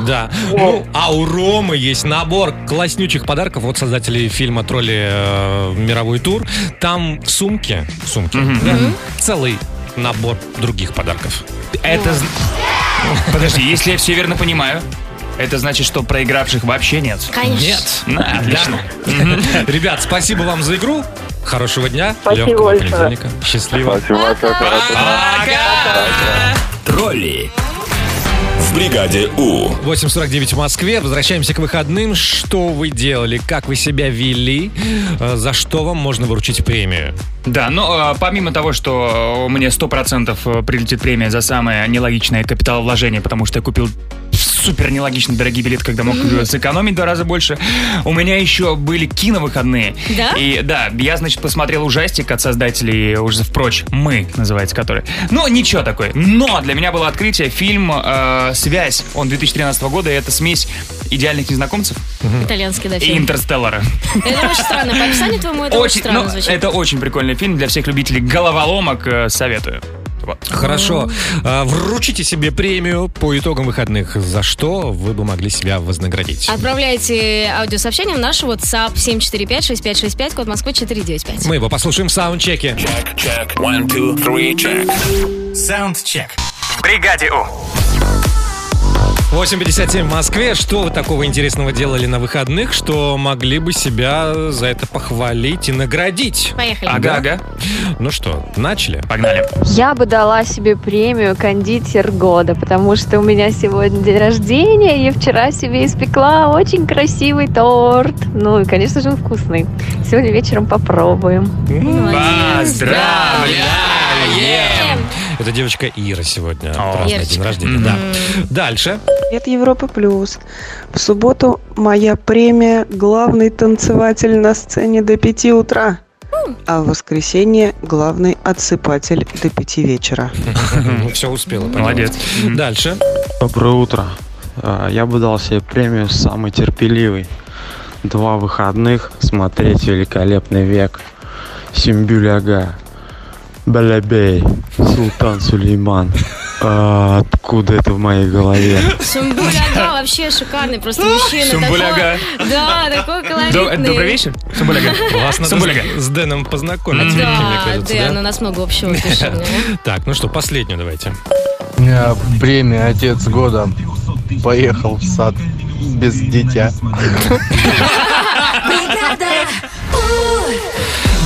S2: Да. Ну, а у Ромы есть набор класснючих подарков от создателей фильма «Тролли. э, мировой тур». Там в сумке, в сумке да, целый набор других подарков.
S3: Это... зн- Подожди, если я все верно понимаю, это значит, что проигравших вообще нет?
S4: Конечно.
S2: Нет.
S3: На, отлично.
S2: Ребят, спасибо вам за игру. Хорошего дня.
S13: Спасибо
S2: легкого
S13: большое.
S2: понедельника. Счастливо.
S13: Тролли. В бригаде У.
S2: 8.49 в Москве. Возвращаемся к выходным. Что вы делали? Как вы себя вели? Э, За что вам можно вручить премию?
S3: Да, но э, помимо того, что э, мне 100% прилетит премия за самое нелогичное капиталовложение, потому что я купил супер нелогично дорогий билет, когда мог э, сэкономить в два раза больше, у меня еще были киновыходные.
S15: Да?
S3: И да, я, значит, посмотрел ужастик от создателей уже впрочь «Мы», называется который. Ну, ничего такой. Но для меня было открытие фильм э, «Связь». Он 2013 года, и это смесь «Идеальных незнакомцев»
S4: Итальянский, да,
S3: и
S4: фильм.
S3: «Интерстеллара».
S4: Это очень странно. По описанию твоему это очень странно
S3: ну,
S4: звучит.
S3: это очень прикольный фильм для всех любителей головоломок. э, Советую. Вот.
S2: Хорошо. Э, Вручите себе премию по итогам выходных. За что вы бы могли себя вознаградить?
S4: А- Отправляйте аудиосообщение в наш WhatsApp 745-6565, код Москвы 495.
S2: Мы его послушаем в саундчеке.
S5: Саундчек. В бригаде У.
S2: 8.57 в Москве. Что вы такого интересного делали на выходных, что могли бы себя за это похвалить и наградить?
S4: Поехали.
S2: Ага, ага. Ну что, начали?
S3: Погнали.
S16: Я бы дала себе премию кондитер года, потому что у меня сегодня день рождения, и я вчера себе испекла очень красивый торт. Ну и, конечно же, он вкусный. Сегодня вечером попробуем.
S2: Поздравляем! Это девочка Ира сегодня. празднует день
S16: Ирочка.
S2: рождения. Да. Дальше.
S17: Привет, Европа Плюс. В субботу моя премия «Главный танцеватель на сцене до пяти утра». А в воскресенье главный отсыпатель до пяти вечера.
S2: Ну, все успела. Молодец. Дальше.
S18: Доброе утро. А, Я бы дал себе премию «Самый терпеливый». Два выходных смотреть «Великолепный век». Симбюляга. Балабей. Султан Сулейман. А, откуда это в моей голове?
S4: Сумбуляга вообще шикарный, просто мужчина.
S18: Сумбуляга.
S4: такой- Да, такой
S3: До-
S4: колоритный.
S3: Добрый вечер, Сумбуляга.
S2: Вас надо
S3: Сумбуляга.
S2: с- с Дэном познакомить, мне
S4: Да,
S2: кажется,
S4: Дэн, у
S2: да?
S4: нас много общего. ты что, мне, а?
S2: Так, ну что, последнюю давайте.
S19: У меня премия «Отец года». Поехал в сад без дитя.
S1: Бригада У.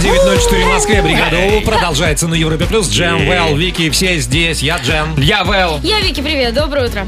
S2: 9.04 в Москве. Бригада У продолжается на Европе Плюс. Джем, Вэл, Вики, все здесь. Я Джем.
S3: Я Вэл.
S4: Я Вики, привет, доброе утро.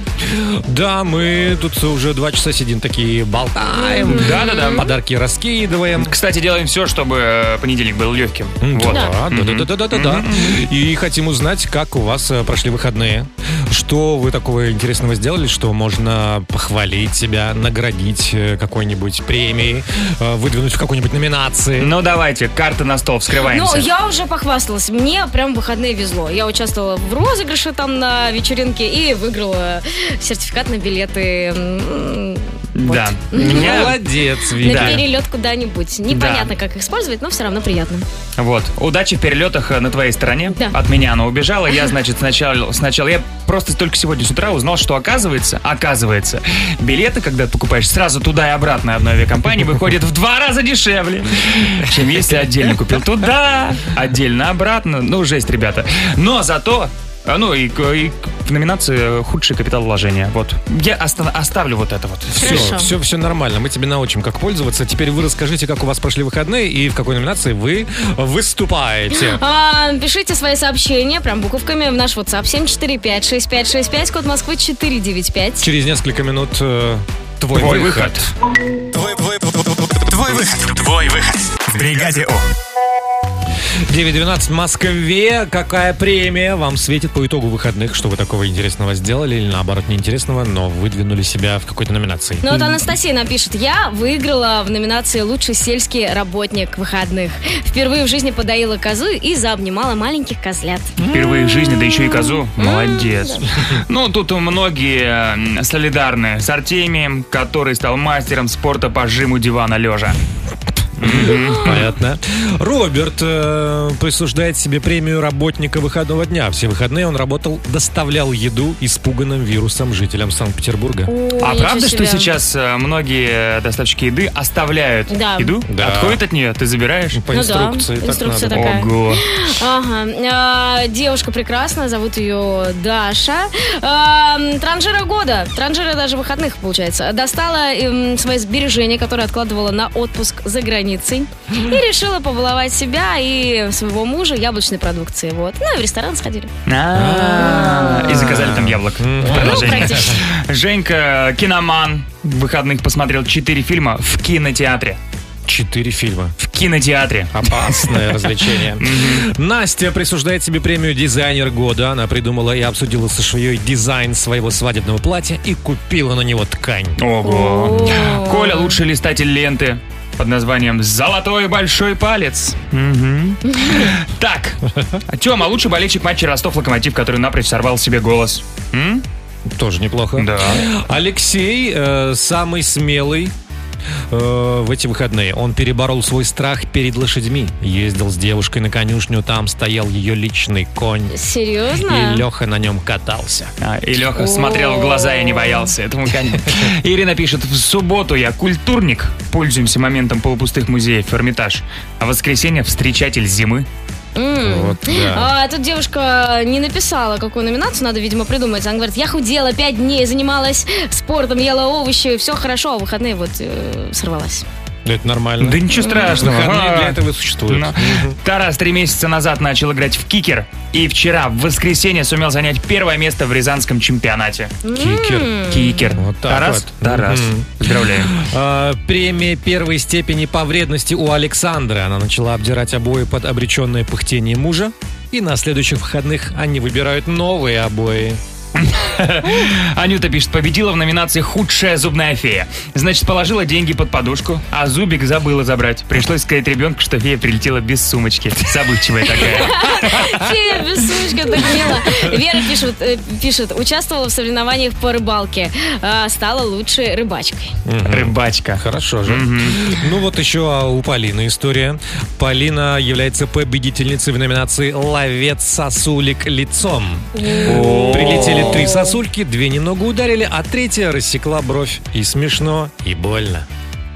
S2: Да, мы тут уже два часа сидим такие, болтаем.
S3: Да-да-да.
S2: Подарки раскидываем.
S3: Кстати, делаем все, чтобы э, понедельник был легким. Вот.
S2: Да, да, да, да, да, да, да. И хотим узнать, как у вас э, прошли выходные. Что вы такого интересного сделали, что можно похвалить себя, наградить э, какой-нибудь премией, э, выдвинуть в какой-нибудь номинации?
S3: Ну давайте, карты на стол, вскрываемся.
S4: Ну, я уже похвасталась. Мне прям в выходные везло. Я участвовала в розыгрыше там на вечеринке и выиграла сертификат на билеты. м,
S3: Да.
S2: Молодец,
S4: На
S3: Да.
S4: перелет куда-нибудь. Непонятно, как использовать, но все равно приятно.
S3: Вот. Удачи в перелетах э, на твоей стороне. От меня она убежала. Я, значит, сначала, сначала... Я просто только сегодня с утра узнал, что оказывается, оказывается, билеты, когда покупаешь сразу туда и обратно одной авиакомпании, выходят в два раза дешевле, чем если отдельно купил туда, отдельно обратно. Ну, жесть, ребята. Но зато а, Ну и, к- и к- в номинации худший капитал вложения. Вот. Я оста- оставлю вот это вот.
S2: Все, все, все нормально. Мы тебе научим, как пользоваться. Теперь вы расскажите, как у вас прошли выходные и в какой номинации вы выступаете.
S4: А, пишите свои сообщения прям буковками в наш WhatsApp 745-6565, код Москвы 495.
S2: Через несколько минут э, твой,
S13: Твой
S2: выход.
S5: Твой выход. Твой выход. В бригаде У.
S2: 9.12 в Москве. Какая премия вам светит по итогу выходных? Что вы такого интересного сделали или наоборот неинтересного, но выдвинули себя в какой-то номинации?
S4: Ну вот Анастасия напишет, я выиграла в номинации «Лучший сельский работник выходных». Впервые в жизни подоила козу и заобнимала маленьких козлят.
S3: Впервые в жизни, да еще и козу. Молодец. Ну, тут многие м, солидарны с Артемием, который стал мастером спорта по жиму дивана лежа.
S2: Понятно. Роберт э, присуждает себе премию работника выходного дня. Все выходные он работал, доставлял еду испуганным вирусом жителям Санкт-Петербурга.
S3: А правда, что
S4: себе.
S3: сейчас э, многие доставщики еды оставляют
S4: Да.
S3: еду?
S2: Да.
S3: Отходят от нее, ты забираешь?
S4: Ну да, инструкции так инструкция надо. такая.
S3: Ого.
S4: Ага. А, девушка прекрасная, зовут ее Даша. А, м, транжира года, транжира даже выходных, получается. Достала эм, свои сбережения, которые откладывала на отпуск за границей. И решила побаловать себя и своего мужа яблочной продукцией. Вот. Ну и в ресторан сходили.
S3: А, И заказали там яблок.
S4: Ну,
S3: В продолжение. Женька, киноман, в выходных посмотрел 4 фильма в кинотеатре.
S2: Четыре фильма.
S3: В кинотеатре.
S2: Опасное развлечение. Настя присуждает себе премию «Дизайнер года». Она придумала и обсудила со швеей дизайн своего свадебного платья и купила на него ткань.
S3: Ого. Коля лучший листатель ленты под названием «Золотой большой палец». Так, Тёма, лучший болельщик матча Ростов-Локомотив, который напрочь сорвал себе голос. М?
S2: Тоже неплохо.
S3: Да.
S2: Алексей э, самый смелый э, в эти выходные. Он переборол свой страх перед лошадьми. Ездил с девушкой на конюшню, там стоял ее личный конь.
S4: Серьезно?
S2: И Леха на нем катался.
S3: А, И Леха смотрел в глаза и не боялся. Этому коню. Ирина пишет, в субботу я культурник, пользуемся моментом полупустых музеев Эрмитаж, а в воскресенье встречатель зимы.
S4: М.
S3: Вот, да.
S4: А, тут девушка не написала, какую номинацию надо, видимо, придумать. Она говорит, я худела пять дней, занималась спортом, ела овощи, все хорошо, а в выходные вот э, сорвалась.
S2: Ну, это нормально.
S3: Да ничего страшного.
S2: Выходные для
S3: А.
S2: этого и существуют.
S3: Ну. Тарас три месяца назад начал играть в кикер, и вчера, в воскресенье, сумел занять первое место в Рязанском чемпионате.
S2: Кикер.
S3: Кикер.
S2: Вот так
S3: Тарас?
S2: вот.
S3: Тарас.
S2: Мгм.
S3: Поздравляем.
S2: А, Премия первой степени по вредности у Александры. Она начала обдирать обои под обреченное пыхтение мужа. И на следующих выходных они выбирают новые обои.
S3: Анюта пишет, победила в номинации «Худшая зубная фея». Значит, положила деньги под подушку, а зубик забыла забрать. Пришлось сказать ребенку, что фея прилетела без сумочки. Забывчивая такая.
S4: Фея без сумочки, так мило. Вера пишет, э, пишет, участвовала в соревнованиях по рыбалке, а, стала лучшей рыбачкой.
S3: Рыбачка.
S2: Хорошо же. Ну вот еще у Полины история. Полина является победительницей в номинации «Ловец сосулек лицом». Прилетели три сосульки, две немного ударили, а третья рассекла бровь. И смешно, и больно.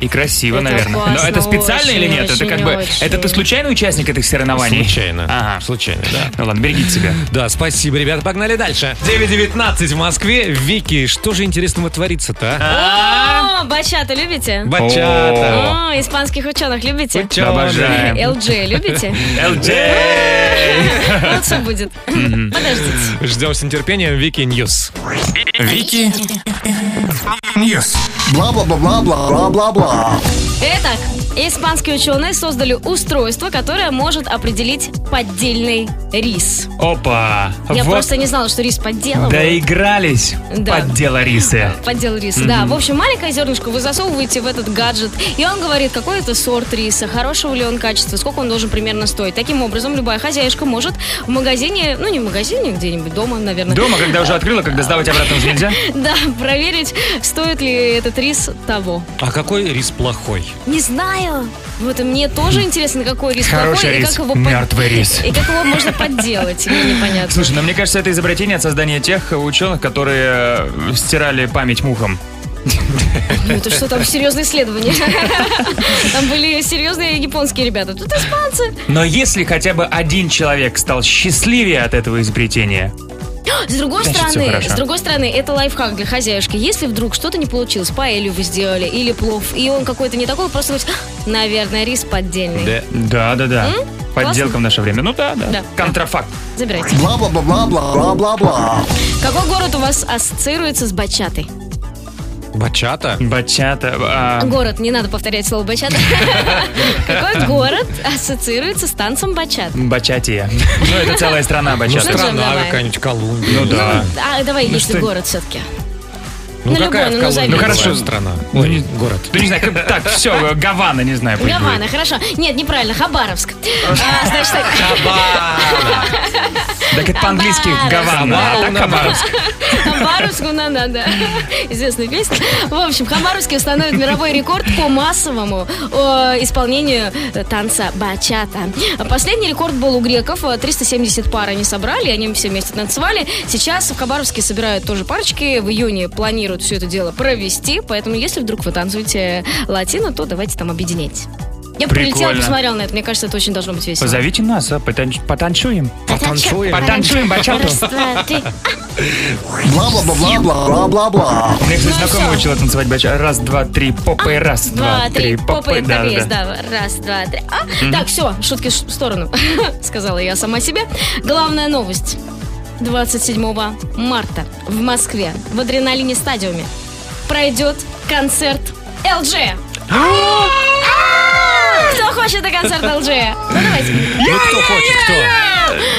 S3: И красиво,
S2: Это
S3: наверное. Но
S2: классно,
S3: это специально или
S2: очень,
S3: нет? Это как
S2: очень,
S3: бы...
S2: очень.
S3: Это ты случайный участник этих соревнований?
S2: Случайно.
S3: Ага.
S2: Случайно, да.
S3: Ну ладно, берегите себя.
S2: Да, спасибо, ребята. Погнали дальше. 9.19 в Москве. Вики, что же интересного творится-то, а?
S4: О, бачата любите?
S2: Бачата.
S4: О, испанских ученых любите?
S2: Ученых. Обожаем.
S4: LJ любите? Лучше будет. Подождите.
S2: Ждем с нетерпением Вики Ньюс. Вики Ньюс.
S7: Бла-бла-бла-бла-бла-бла-бла.
S4: Итак, испанские ученые создали устройство, которое может определить поддельный рис.
S3: Опа!
S4: Я
S3: вот
S4: просто не знала, что рис подделывают.
S3: Доигрались
S4: Да.
S3: под дело риса.
S4: Поддел риса,
S3: Мгм.
S4: да. В общем, маленькое зернышко вы засовываете в этот гаджет, и он говорит, какой это сорт риса, хорошего ли он качества, сколько он должен примерно стоить. Таким образом, любая хозяюшка может в магазине, ну не в магазине, где-нибудь дома, наверное.
S3: Дома, когда уже открыла, когда сдавать обратно уже нельзя?
S4: Да, проверить, стоит ли этот рис того.
S2: А какой рис плохой?
S4: Не знаю. Вот и мне тоже интересно, какой рис
S3: Хм. Хороший
S4: плохой,
S3: рис,
S4: и как его
S3: мертвый рис.
S4: И как его можно подделать, мне непонятно.
S3: Слушай, ну мне кажется, это изобретение от создания тех ученых, которые э, стирали память мухам.
S4: Ну это что, там серьезные исследования. Там были серьезные японские ребята. Тут испанцы.
S3: Но если хотя бы один человек стал счастливее от этого изобретения,
S4: С другой
S3: Значит, всё
S4: стороны,
S3: хорошо.
S4: с другой стороны, это лайфхак для хозяюшки. Если вдруг что-то не получилось, паэлью вы сделали или плов, и он какой-то не такой, просто говорите, «А, наверное, рис поддельный.
S3: Да, да, да.
S4: М?
S3: Подделка
S4: Классно.
S3: в наше время. Ну да, да.
S4: Да.
S3: Контрафакт.
S4: Забирайте.
S7: Бла-бла-бла-бла-бла-бла-бла.
S4: Какой город у вас ассоциируется с бачатой?
S2: Бачата? Ну,
S3: Бачата. а,
S4: Город, не надо повторять слово бачата. Какой город ассоциируется с танцем бачат?
S3: Бачатия. Ну, это целая страна бачата.
S4: Ну, страна Давай. какая-нибудь,
S2: Колумбия.
S3: Ну да.
S4: А, давай,
S3: Ну,
S4: если
S3: что-
S4: город все-таки.
S2: Ну,
S4: Ну,
S2: какая
S4: любой, ну,
S2: в Колумбии
S4: назови.
S2: бывает
S3: Ну, хорошо.
S2: страна?
S3: Ну,
S2: Ой,
S3: не-
S2: город.
S3: Ну, не знаю, как- так, все, Гавана, не знаю. пусть
S4: Гавана,
S3: будет.
S4: хорошо. Нет, неправильно, Хабаровск. А, значит так.
S3: Так это по-английски Гавана, а так Хабаровск.
S4: Хабаровску надо, да. Известная песня. В общем, в Хабаровске установят мировой рекорд по массовому э, исполнению э, танца бачата. Последний рекорд был у греков. э, 370 пар они собрали, они все вместе танцевали. Сейчас в Хабаровске собирают тоже парочки. В июне планируют все это дело провести. Поэтому, если вдруг вы танцуете латино, то давайте там объединять. Я бы прилетела,
S3: Прикольно.
S4: посмотрела на это. Мне кажется, это очень должно быть весело.
S3: Позовите нас, а потанч- потанцуем. Ну,
S2: Потанцуем.
S3: Потанцуем бачату.
S4: Раз, два, три.
S7: Бла-бла-бла-бла-бла-бла-бла.
S3: У меня, кстати,
S4: Ну,
S3: знакомый учила танцевать бачату. Раз, два, три, попой, раз,
S4: А, Два, три, попы,
S3: да, да,
S4: капец,
S3: да.
S4: да. Раз, два, три. А?
S3: Мгм.
S4: Так, все, шутки ш- в сторону, сказала я сама себе. Главная новость. 27 марта в Москве в Адреналине стадиуме пройдет концерт ЛДЖ.
S3: А!
S4: А! Кто хочет на концерт ЛДЖ? Ну, давайте.
S2: Ну, кто хочет, кто?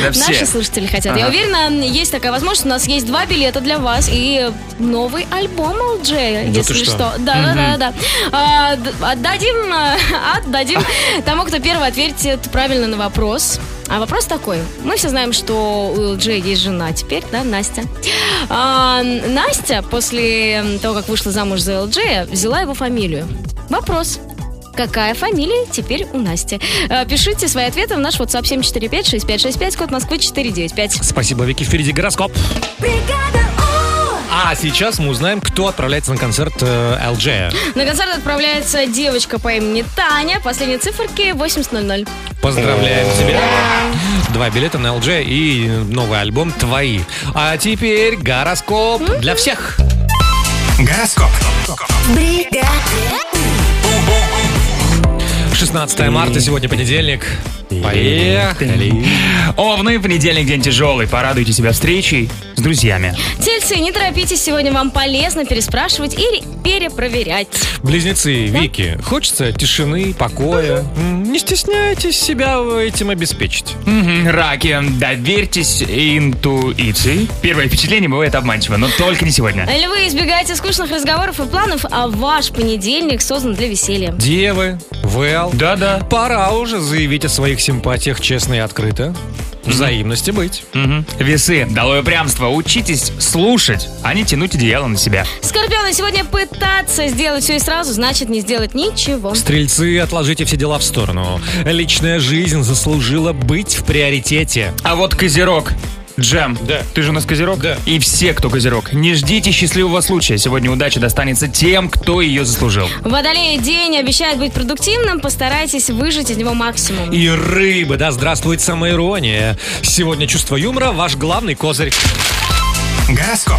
S3: Да все.
S4: Наши слушатели хотят. Я
S3: Ага.
S4: уверена, есть такая возможность. У нас есть два билета для вас и новый альбом LJ,
S1: Да
S4: если
S1: ты что?
S4: Ну что. Да, да, да, да. А, д- отдадим, а, отдадим тому, кто первый ответит правильно на вопрос. А вопрос такой. Мы все знаем, что у LJ есть жена теперь, да, Настя. А, Настя после того, как вышла замуж за LJ, взяла его фамилию. Вопрос. Какая фамилия теперь у Насти? Э, Пишите свои ответы в наш WhatsApp 745-6565, код Москвы 495.
S2: Спасибо, Вики. Впереди гороскоп. А сейчас мы узнаем, кто отправляется на концерт э, LJ.
S4: На концерт отправляется девочка по имени Таня. Последние циферки 8000.
S2: Поздравляем тебя. Два билета на LJ и новый альбом «Твои». А теперь гороскоп для всех. Гороскоп. 16 марта, сегодня понедельник. Поехали.
S3: Овны, ну понедельник день тяжелый. Порадуйте себя встречей с друзьями.
S4: Тельцы, не торопитесь, сегодня вам полезно переспрашивать или перепроверять.
S2: Близнецы, Вики, хочется тишины, покоя. М, Не стесняйтесь себя этим обеспечить.
S3: Мгм, Раки, доверьтесь интуиции. Первое впечатление бывает обманчиво, но только не сегодня.
S4: Львы, избегайте скучных разговоров и планов, а ваш понедельник создан для веселья.
S2: Девы, Вэл.
S3: Да-да.
S2: Пора уже заявить о своих симпатиях честно и открыто. Взаимности быть.
S3: Весы, долой упрямство, учитесь слушать, а не тянуть одеяло на себя.
S4: Скорпионы, сегодня пытаться сделать все и сразу, значит не сделать ничего.
S2: Стрельцы, отложите все дела в сторону. Личная жизнь заслужила быть в приоритете.
S3: А вот козерог, Джем, ты же у нас козерог? И все, кто козерог, не ждите счастливого случая. Сегодня удача достанется тем, кто ее заслужил.
S4: Водолей день обещает быть продуктивным, постарайтесь выжать из него максимум.
S2: И рыбы, да здравствует самоирония. Сегодня чувство юмора ваш главный козырь.
S5: Гороскоп.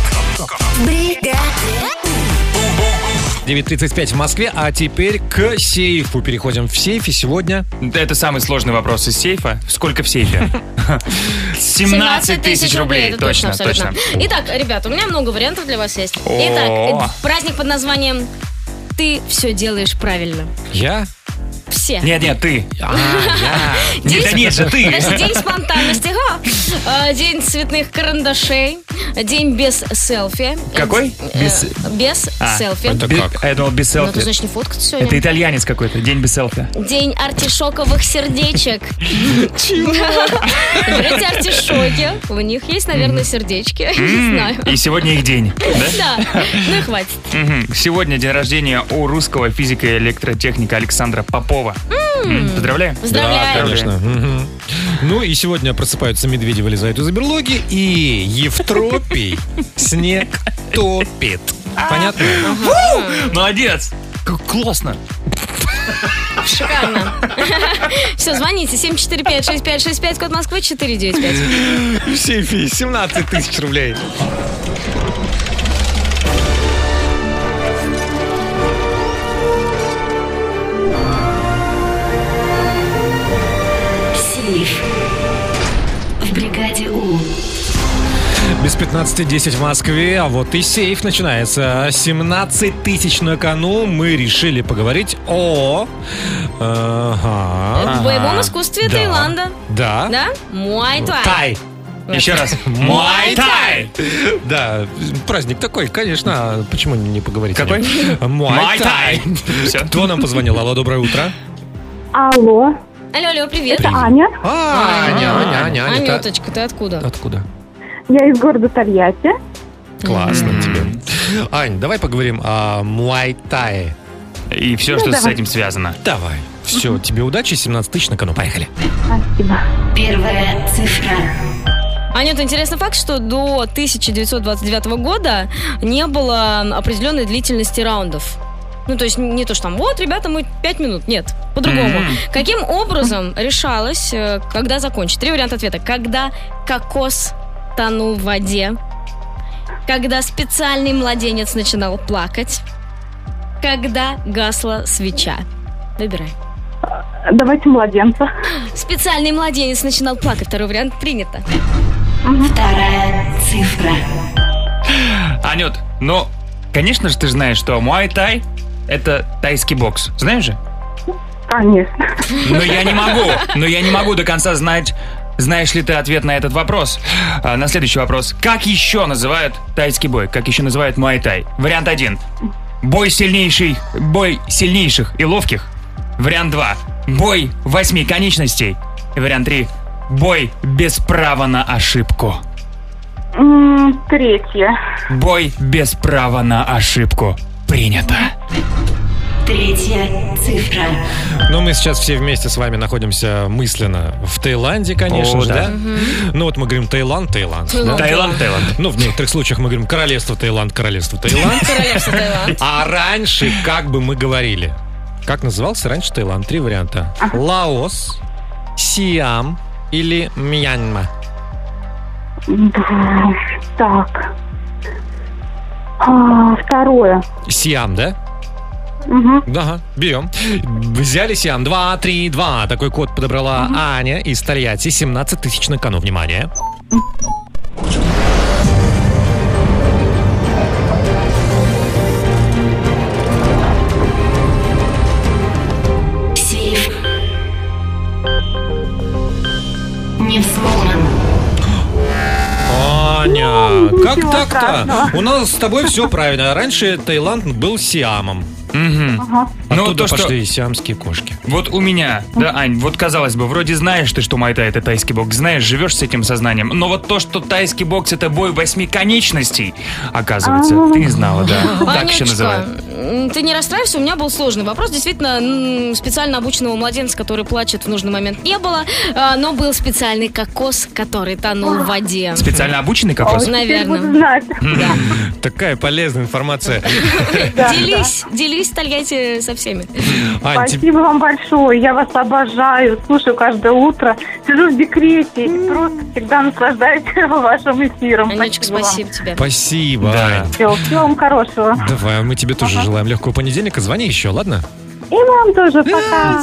S2: 9.35 в Москве, а теперь к сейфу. Переходим в сейфе сегодня.
S3: Это самый сложный вопрос из сейфа. Сколько в сейфе? 17 тысяч рублей.
S4: это точно,
S3: Точно,
S4: абсолютно.
S3: точно.
S4: Итак, ребят, у меня много вариантов для вас есть.
S3: О.
S4: Итак, э, праздник под названием «Ты все делаешь правильно».
S2: Я?
S4: Все.
S3: Нет, нет, ты.
S4: День-
S3: Нет, да нет же, ты.
S4: А, Подожди, день спонтанности. га. Э, День цветных карандашей. День без селфи.
S3: Какой?
S4: Э,
S3: Без-
S4: Без
S3: А,
S4: селфи.
S3: бе- а Я думал, без
S4: Ну,
S3: селфи.
S4: ты значит ну. не фоткаться сегодня?
S3: Это итальянец какой-то. День без селфи.
S4: День артишоковых сердечек. Чего? Берете артишоки, у них есть, наверное, сердечки. Не
S3: М,
S4: знаю.
S3: И сегодня их день, да?
S4: Да, ну и хватит.
S3: Мгм. Сегодня день рождения у русского физика и электротехника Александра Попова. М, Поздравляем.
S2: Да, конечно. Мгм. Ну и сегодня просыпаются медведи, вылезают из берлоги, и Евтропий снег топит. Понятно?
S3: Фу! Молодец. Как классно.
S4: Шикарно. Все, звоните. 745-6565, код Москвы,
S2: В
S4: 495.
S2: сейфе 17 тысяч рублей.
S1: Сейф. В бригаде У.
S2: Без 15.10 в Москве, а вот и сейф начинается. 17 тысяч на кону. Мы решили поговорить о... Ага.
S3: А.
S4: В боевом искусстве
S2: Да.
S4: Таиланда.
S2: Да.
S4: Да? Муай-тай.
S2: Тай.
S3: Еще раз.
S2: Муай-тай! Да, праздник такой, конечно. а Почему не поговорить? Какой? Муай-тай. Кто нам позвонил? Алло, доброе утро.
S14: Алло.
S4: Алло, алло, привет.
S14: Это Аня.
S2: А, Аня, Аня, Аня, Аня, та-
S4: Анюточка, ты откуда?
S2: Откуда?
S14: Я из города Тольятти.
S2: Классно тебе. Ань, давай поговорим о муай-тае.
S3: И все,
S14: Ну, что с давай. этим
S3: связано.
S2: Давай. Все, тебе удачи, 17 тысяч на кону. Поехали.
S14: Спасибо.
S1: Первая цифра.
S4: Анюта, интересный факт, что до 1929 года не было определенной длительности раундов. Ну, то есть не то, что там, вот, ребята, мы 5 минут. Нет, по-другому.
S14: Мгм.
S4: Каким образом решалось, э, когда закончить? Три варианта ответа. Когда кокос тонул в воде, когда специальный младенец начинал плакать, когда гасла свеча. Выбирай.
S14: Давайте младенца.
S4: Специальный младенец начинал плакать. Второй вариант принято.
S1: Вторая цифра.
S3: Анют, ну, конечно же ты знаешь, что муай-тай – это тайский бокс. Знаешь же?
S14: Конечно.
S3: Но я не могу, но я не могу до конца знать, знаешь ли ты ответ на этот вопрос. А, на следующий вопрос. Как еще называют тайский бой? Как еще называют муай-тай? Вариант 1. Бой сильнейший, бой сильнейших и ловких. Вариант 2. Бой восьми конечностей. И вариант 3. Бой без права на ошибку.
S14: М, Третье.
S3: Бой без права на ошибку. Принято.
S1: Третья цифра.
S2: Но мы сейчас все вместе с вами находимся мысленно в Таиланде, конечно
S3: О,
S2: же,
S3: да.
S2: да? Ну вот мы говорим Таиланд, Таиланд. да?
S3: Таиланд, Таиланд. Таиланд.
S2: Ну, в некоторых случаях мы говорим королевство Таиланд, королевство Таиланд.
S4: Королевство Таиланд.
S2: А раньше как бы мы говорили? Как назывался раньше Таиланд? Три варианта. Лаос, Сиам или Мьянма.
S14: Б- Так. А, Второе.
S2: Сиам, да?
S14: Мгм.
S2: Ага, берем. Взяли Сиам. 2, 3, 2. Такой код подобрала Аня из Тольятти. 17 тысяч на кону. Внимание.
S1: Сейф. Не взломан.
S2: Аня,
S1: Ну,
S2: как
S1: ничего
S2: так-то?
S1: страшного.
S2: У нас с тобой все правильно. Раньше Таиланд был Сиамом.
S3: Ну,
S2: Оттуда
S3: то, что-
S2: пошли сиамские кошки.
S3: Вот у меня, да, Ань, вот казалось бы, вроде знаешь ты, что майтай это тайский бокс, знаешь, живешь с этим сознанием, но вот то, что тайский бокс это бой восьми конечностей, оказывается,
S14: А.
S4: ну,
S3: ты не знала, да, так еще
S4: Анечка,
S3: называют.
S4: м, ты не расстраивайся, у меня был сложный вопрос. Действительно, м, специально обученного младенца, который плачет в нужный момент, не было, а, но был специальный кокос, который тонул в воде.
S3: Специально обученный кокос?
S4: Наверное.
S2: Такая полезная информация.
S4: Делись, делись, Тольятти, со всеми.
S2: Ань, тебе-
S14: Спасибо вам большое, я вас обожаю, слушаю каждое утро, сижу в декрете и просто всегда наслаждаюсь вашим
S9: Ну,
S14: эфиром. Анечка, спасибо, тебе.
S2: спасибо, Ань.
S14: Все, всего вам хорошего.
S2: Давай, мы тебе тоже желаем легкого понедельника. Звони еще, ладно?
S14: И вам тоже, пока.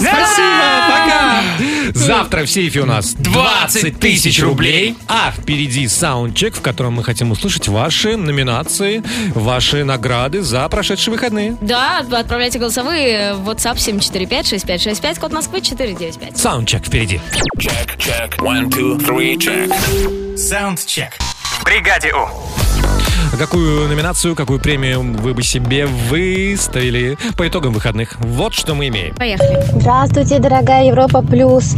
S2: Завтра в сейфе у нас 20 тысяч рублей, а впереди саундчек, в котором мы хотим услышать ваши номинации, ваши награды за прошедшие выходные.
S4: Да, отправляйте голосовые в WhatsApp 745-6565, код Москвы 495.
S2: Саундчек впереди.
S13: Чек, чек, one, two, three, чек.
S5: Саундчек. В бригаде У.
S2: А Какую номинацию, какую премию вы бы себе выставили по итогам выходных? Вот что мы имеем.
S4: Поехали.
S12: Здравствуйте, дорогая Европа Плюс.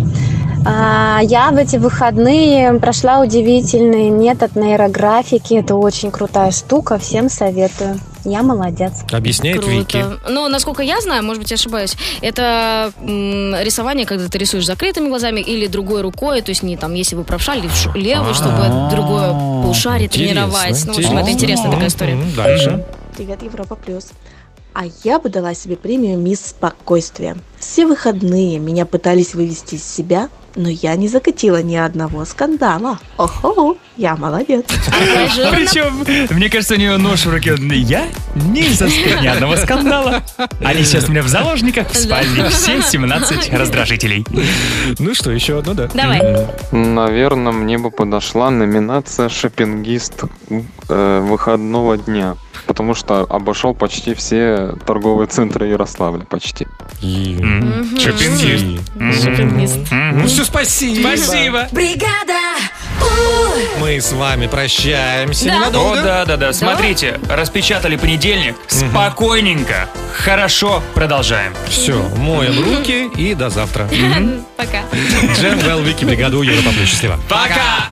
S12: А, Я в эти выходные прошла удивительный метод нейрографики. Это очень крутая штука, всем советую. Я молодец.
S2: Объясняет
S4: Круто.
S2: Вики.
S4: Ну, насколько я знаю, может быть, я ошибаюсь, это м, рисование, когда ты рисуешь закрытыми глазами или другой рукой, то есть не там, если вы правша, или ш- левую, чтобы другое полушарие тренировать. Ну, в общем, это интересная такая история.
S2: ну, Дальше.
S15: Привет, Европа Плюс. А я бы дала себе премию «Мисс Спокойствие». Все выходные меня пытались вывести из себя, но я не закатила ни одного скандала. Охо, я молодец.
S3: Причем, мне кажется, у нее нож в руке. Я не заставил ни одного скандала. Они сейчас у меня в заложниках в спальне. Все 17 раздражителей.
S2: Ну что, еще одно, да?
S4: Давай.
S20: Наверное, мне бы подошла номинация «Шопингист э, выходного дня», потому что обошел почти все торговые центры Ярославля, почти.
S2: Шопингист. Ну все, спасибо.
S1: Бригада!
S2: Мы с вами прощаемся
S3: О,
S2: ненадолго.
S3: да, да, да. Смотрите, распечатали понедельник. Спокойненько. Хорошо, продолжаем.
S2: Все, моем руки и до завтра.
S4: Пока.
S2: Джем Вики, бригаду Европа Плюс. Счастливо.
S3: Пока!